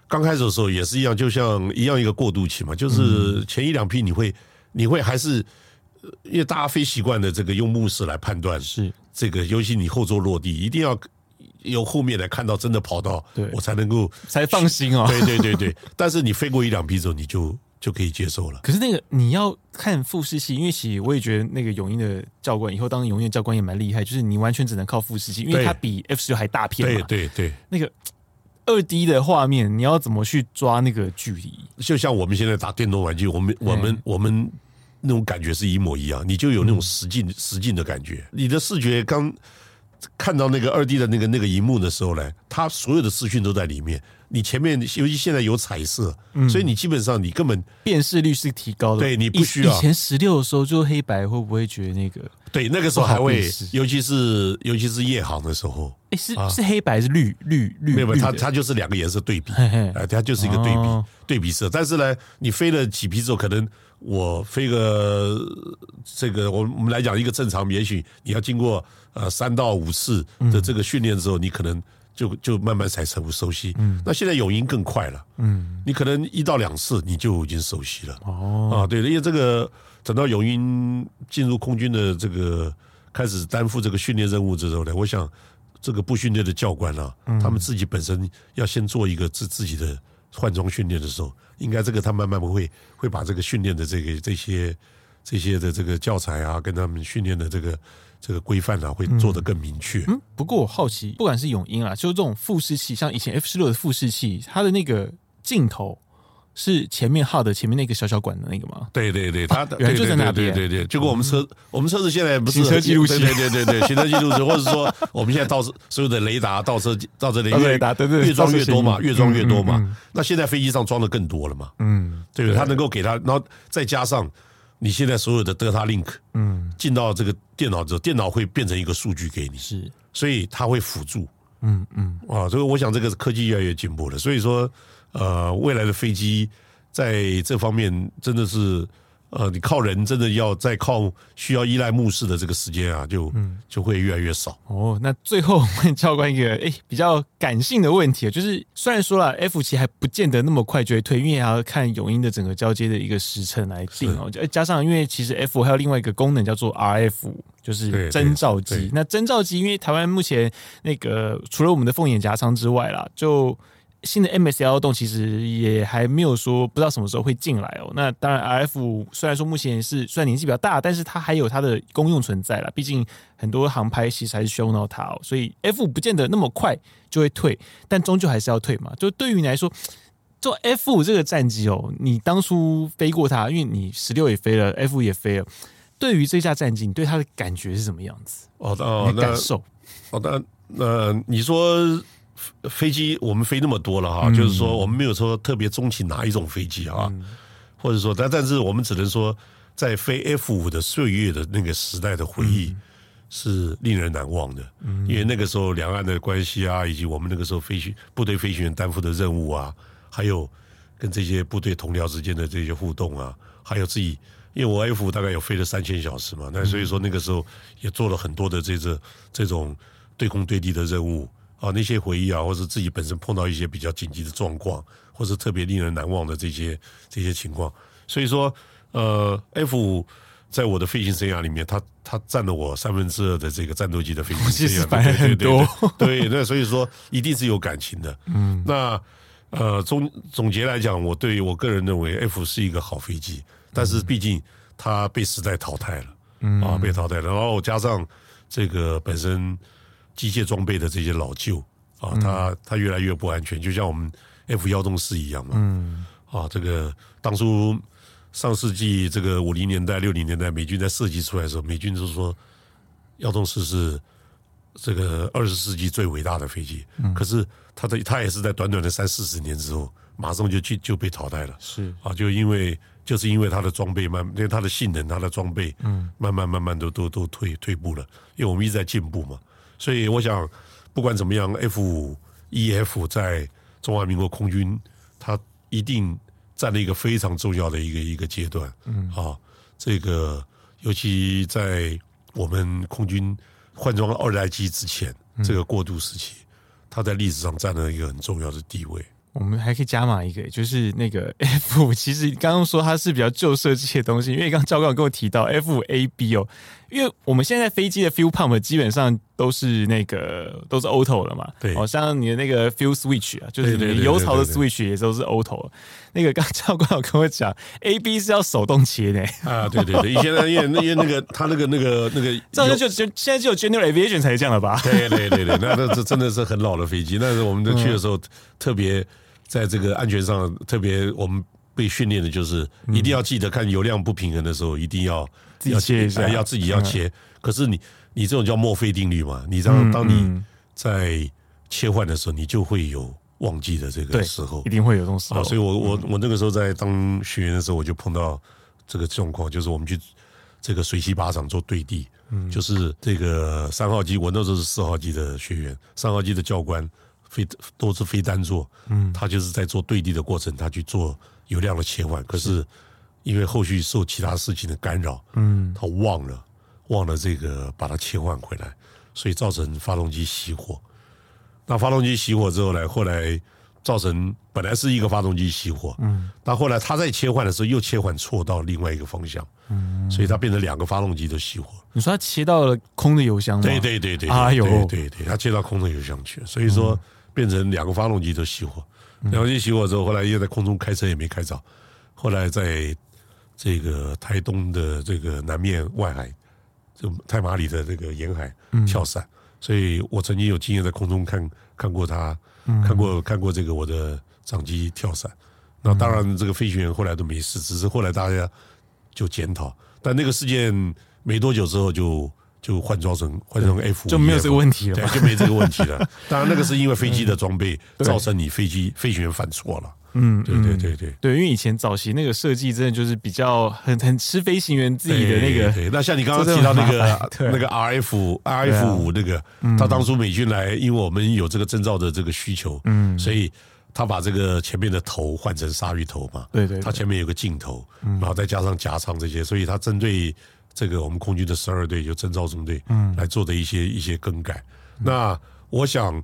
S2: 刚开始的时候也是一样，就像一样一个过渡期嘛，
S1: 嗯
S2: 就是前一两批你会你会还是呃因为大家飞习惯的这个用目视来判断
S1: 是
S2: 这个，尤其你后座落地，一定要由后面来看到真的跑道，
S1: 对
S2: 我才能够
S1: 才放心哦。
S2: 对 <laughs> 对对对，但是你飞过一两批之后，你就就可以接受了。
S1: 可是那个你要看复式器，因为其实我也觉得那个永英的教官以后当永英的教官也蛮厉害，就是你完全只能靠复式器，因为
S2: 对
S1: 它比 F 十六还大片嘛。
S2: 对对对，
S1: 那个二 D 的画面，你要怎么去抓那个距离？
S2: 就像我们现在打电动玩具，我们
S1: 嗯
S2: 我们我们那种感觉是一模一样，你就有那
S1: 嗯
S2: 种实劲实劲的感觉。你的视觉刚看到那个二 D 的那个那个荧幕的时候呢，它所有的视讯都在里面。你前面尤其现在有彩色，
S1: 嗯
S2: 所以你基本上你根本
S1: 辨识率是提高的。
S2: 对你不需
S1: 以
S2: 要
S1: 以前十六的时候，就黑白会不会觉得那个？
S2: 对那个时候还
S1: 不好
S2: 会
S1: 意思，
S2: 尤其是尤其是夜航的时候，
S1: 哎、是、是黑白还是绿绿绿？
S2: 啊没有，没有，
S1: 绿
S2: 它
S1: 的
S2: 它就是两个颜色对比，
S1: 嘿嘿
S2: 哎、它就是一个对比、
S1: 哦
S2: 对比色。但是呢，你飞了几批之后，可能我飞个呃这个，我们我们来讲一个正常，也许你要经过呃三到五次的这个训练之后，你可能就就慢慢才熟熟悉。
S1: 嗯
S2: 那现在永音更快了，嗯，你可能一到两次你就已经熟悉了。
S1: 哦，
S2: 啊，对的，因为这个等到永英进入空军的这个开始担负这个训练任务之后呢，我想这个部训队的教官啊，他们自己本身要先做一个自自己的换装训练的时候，应该这个他慢慢会会把这个训练的这个这些这些的这个教材啊，跟他们训练的这个这个规范啊，会做得更明确。
S1: 嗯。不过我好奇，不管是永英啊，就是这种复式器，像以前 F 十六的复式器，它的那个镜头是前面 h 的前面那个小小管的那个吗？
S2: 对对对，他
S1: 啊原来就在那
S2: 对
S1: 边嗯
S2: 对对对，就跟我们车，我们车子现在不是
S1: 行车记录器
S2: 对对对
S1: <laughs>
S2: 对，对行车记录器，或者说我们现在倒车所有的雷达倒
S1: 嗯
S2: 车倒车雷
S1: 倒车雷达对对对
S2: 越装越多
S1: 倒
S2: 嘛，
S1: 车摄影
S2: 越装越多
S1: 嗯嗯
S2: 嘛。那现在飞机上装的更多了嘛，
S1: 嗯，
S2: 对不对？它能够给它，然后再加上你现在所有的 data link，嗯，进到这个电脑之后，电脑会变成一个数据给你，
S1: 是，
S2: 所以它会辅助
S1: 嗯嗯，
S2: 啊。所以我想这个科技越来越进步了，所以说呃，未来的飞机在这方面真的是呃，你靠人真的要再靠需要依赖目视的这个时间啊，就、
S1: 嗯
S2: 就会越来越少。
S1: 哦，那最后 <laughs> 我问教官一个诶、比较感性的问题，就是虽然说了 F 七还不见得那么快就会推，因为还要看永英的整个交接的一个时程来定哦。加加上因为其实 F 还有另外一个功能叫做 RF，就是
S2: 对
S1: 征兆机
S2: 对。
S1: 那征兆机，因为台湾目前那个除了我们的凤眼夹仓之外啦，就新的 MSL 洞其实也还没有说不知道什么时候会进来哦。那当然，RF 虽然说目前是虽然年纪比较大，但是它还有它的功用存在啦。毕竟很多航拍其实还是需要用到它哦，所以 F 不见得那么快就会退，但终究还是要退嘛。就对于你来说，做 F 五这个战机哦，你当初飞过它，因为你十六也飞了，F 也飞了。对于这架战机，你对它的感觉是什么样子？
S2: 哦
S1: 你
S2: 哦，
S1: 的
S2: 那
S1: 感受
S2: 哦，那那、你说飞飞机，我们飞那么多了
S1: 嗯
S2: 哈，就是说我们没有说特别钟情哪一种飞机啊，或者说，但但是我们只能说，在飞 F 五的岁月的那个时代的回忆。是令人难忘的，因为那个时候两岸的关系啊，以及我们那个时候飞行部队飞行员担负的任务啊，还有跟这些部队同僚之间的这些互动啊，还有自己，因为我 F 大概有飞了三千小时嘛，那所以说那个时候也做了很多的这这这种对空对地的任务啊，那些回忆啊，或是自己本身碰到一些比较紧急的状况，或是特别令人难忘的这些这些情况，所以说呃 F 五。在我的飞行生涯里面，它它占了我三分之二的这个战斗机的飞行
S1: 其
S2: 生
S1: 实
S2: 涯，
S1: 反而很多
S2: 对。对对对，那所以说一定是有感情的。嗯，那呃总总结来讲，我对我个人认为 F 是一个好飞机，但
S1: 嗯
S2: 是毕竟它被时代淘汰了，嗯啊被淘汰了，然后加上这个本身机械装备的这些老旧啊，它它越来越不安全，就像我们 F 幺洞四一样嘛，嗯啊这个当初。上世纪这个五零年代、六零年代，美军在设计出来的时候，美军就说耀东四是这个二十世纪最伟大的飞机，可是它的它也是在短短的三四十年之后，马上就去就被淘汰了
S1: 是
S2: 啊！就因为就是因为它的装备慢，因为它的性能、它的装备，嗯，慢慢慢慢都都都退退步了，因为我们一直在进步嘛。所以我想，不管怎么样，F 五 EF 在中华民国空军，它一定占了一个非常重要的一个一个阶段。嗯，啊，这个尤其在我们空军换装二代机之前，这个过渡时期，它在历史上占了一个很重要的地位。
S1: 我们还可以加码一个，就是那个 <laughs> F 五，其实刚刚说它是比较旧设计的东西，因为刚刚教官有跟我提到 F 五 AB 哦，因为我们现在飞机的 fuel pump 基本上都是那个都是 auto 了嘛，
S2: 对
S1: 哦，像你的那个 fuel switch 啊，就是
S2: 对对
S1: 你
S2: 对
S1: 油槽的
S2: 对对
S1: switch 也都是 auto 了。那个刚刚教官有跟我讲，AB 是要手动切的、
S2: 啊，对对对，以前呢因为那因为那个他那个那个那个，
S1: 这样就就现在只有 General Aviation 才这样了吧？
S2: 对对对对，那那这真的是很老的飞机。那是我们去的时
S1: 嗯
S2: 候，特别在这个安全上，特别我们被训练的就是一定要记得看油量不平衡的时候，一定要
S1: 嗯自己
S2: 要
S1: 切一下嗯
S2: 哎要自己要切。可是你你这种叫墨菲定律嘛，你当当你在切换的时候，你就会有忘记的这
S1: 对
S2: 个时候，，
S1: 一定会有这种时候。
S2: 啊，所以我我我那个时候在当学员的时候，我就碰到这个状况，就是我们去这个水西靶场做对地，嗯，就是这个三号机，我那时候是四号机的学员，三号机的教官飞都是飞单座，嗯，他就是在做对地的过程，他去做油量的切换，可是因为后续受其他事情的干扰，嗯，他忘了忘了这个把它切换回来，所以造成发动机熄火，那发动机熄火之后呢，后来造成本来是一个发动机熄火，嗯，但后来它在切换的时候又切换错到另外一个方向，嗯，所以它变成两个发动机都熄火。
S1: 你说它切到了空的油箱吗？
S2: 对对对对，
S1: 哎呦
S2: 对对对，它切到空中油箱去，所以说变成两个发动机都熄火，两个发动机熄火之后，后来又在空中开车也没开着，后来在这个台东的这个南面外海，就太马里的这个沿海
S1: 嗯
S2: 跳伞，所以我曾经有经验在空中看看过他，
S1: 嗯
S2: 看过看过这个我的掌机跳伞。那当然，这个飞行员后来都没事，只是后来大家就检讨。但那个事件没多久之后就，就换装成换成 F
S1: 就没有这个问题了嗯
S2: 对，就没这个问题
S1: <laughs>
S2: 了。当然，那个是因为飞机的装备
S1: 对
S2: 造成你飞机飞行员犯错了。嗯，对对对对。
S1: 对，因为以前早期那个设计真的就是比较很很吃飞行员自己的那
S2: 对
S1: 个，
S2: 对那像你刚刚
S1: 这
S2: 提
S1: 真的
S2: 到
S1: 很
S2: 那
S1: 麻烦
S2: 个
S1: 对啊
S2: 那个 RF RF 五那个，他当初美军来，因为我们有这个征兆的这个需求，嗯，所以他把这个前面的头换成鲨鱼头嘛，
S1: 对对对嗯
S2: 他前面有个镜头，然后再加上夹舱这些，所以他针对这个我们空军的十二队就征召中队，嗯，来做的一些一些更改。
S1: 嗯
S2: 那我想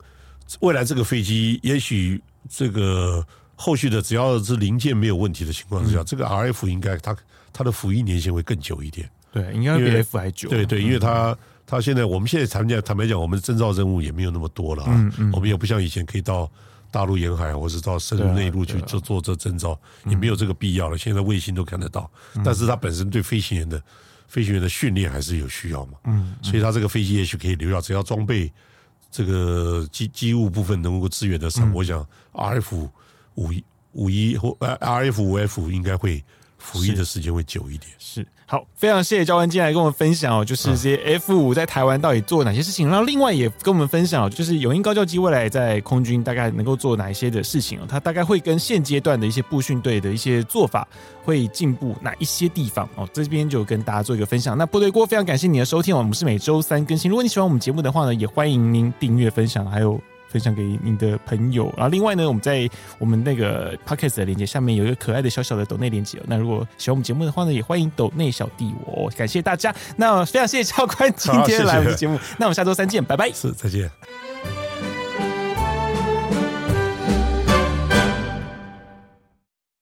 S2: 未来这个飞机，也许这个后续的只要是零件没有问题的情况之
S1: 嗯
S2: 下，这个 RF 应该它它的服役年限会更久一点。
S1: 对，应该比
S2: 因为
S1: F 还久。啊
S2: 对对，因为他他现在我们现在坦白讲，坦白讲，我们的征召任务也没有那么多了、啊，我们也不像以前可以到大陆沿海或是到深入内陆去做做这征召，也没有这个必要了。现在卫星都看得到，但是它本身对飞行员的飞行员的训练还是有需要嘛，嗯，所以它这个飞机也许可以留下，只要装备这个机机务部分能够支援得上，我想 RF 五一五一或呃 RF 五 F 应该会服役的时间会久一点。
S1: 是好，非常谢谢教官今天来跟我们分享哦，就是这
S2: 啊
S1: 些 F 五在台湾到底做哪些事情，然后另外也跟我们分享哦，就是永英高教机未来在空军大概能够做哪一些的事情哦，它大概会跟现阶段的一些步训队的一些做法会进步哪一些地方哦，这边就跟大家做一个分享。那部队锅非常感谢你的收听哦，我们是每周三更新，如果你喜欢我们节目的话呢，也欢迎您订阅、分享，还有。分享给您的朋友，然后另外呢，我们在我们那个 podcast 的链接下面有一个可爱的小小的抖内链接哦。那如果喜欢我们节目的话呢，也欢迎抖内小弟我哦，感谢大家。那非常谢谢教官今
S2: 好谢
S1: 天
S2: 谢
S1: 来我们的节目，那我们下周三见，拜拜。
S2: 是，再见。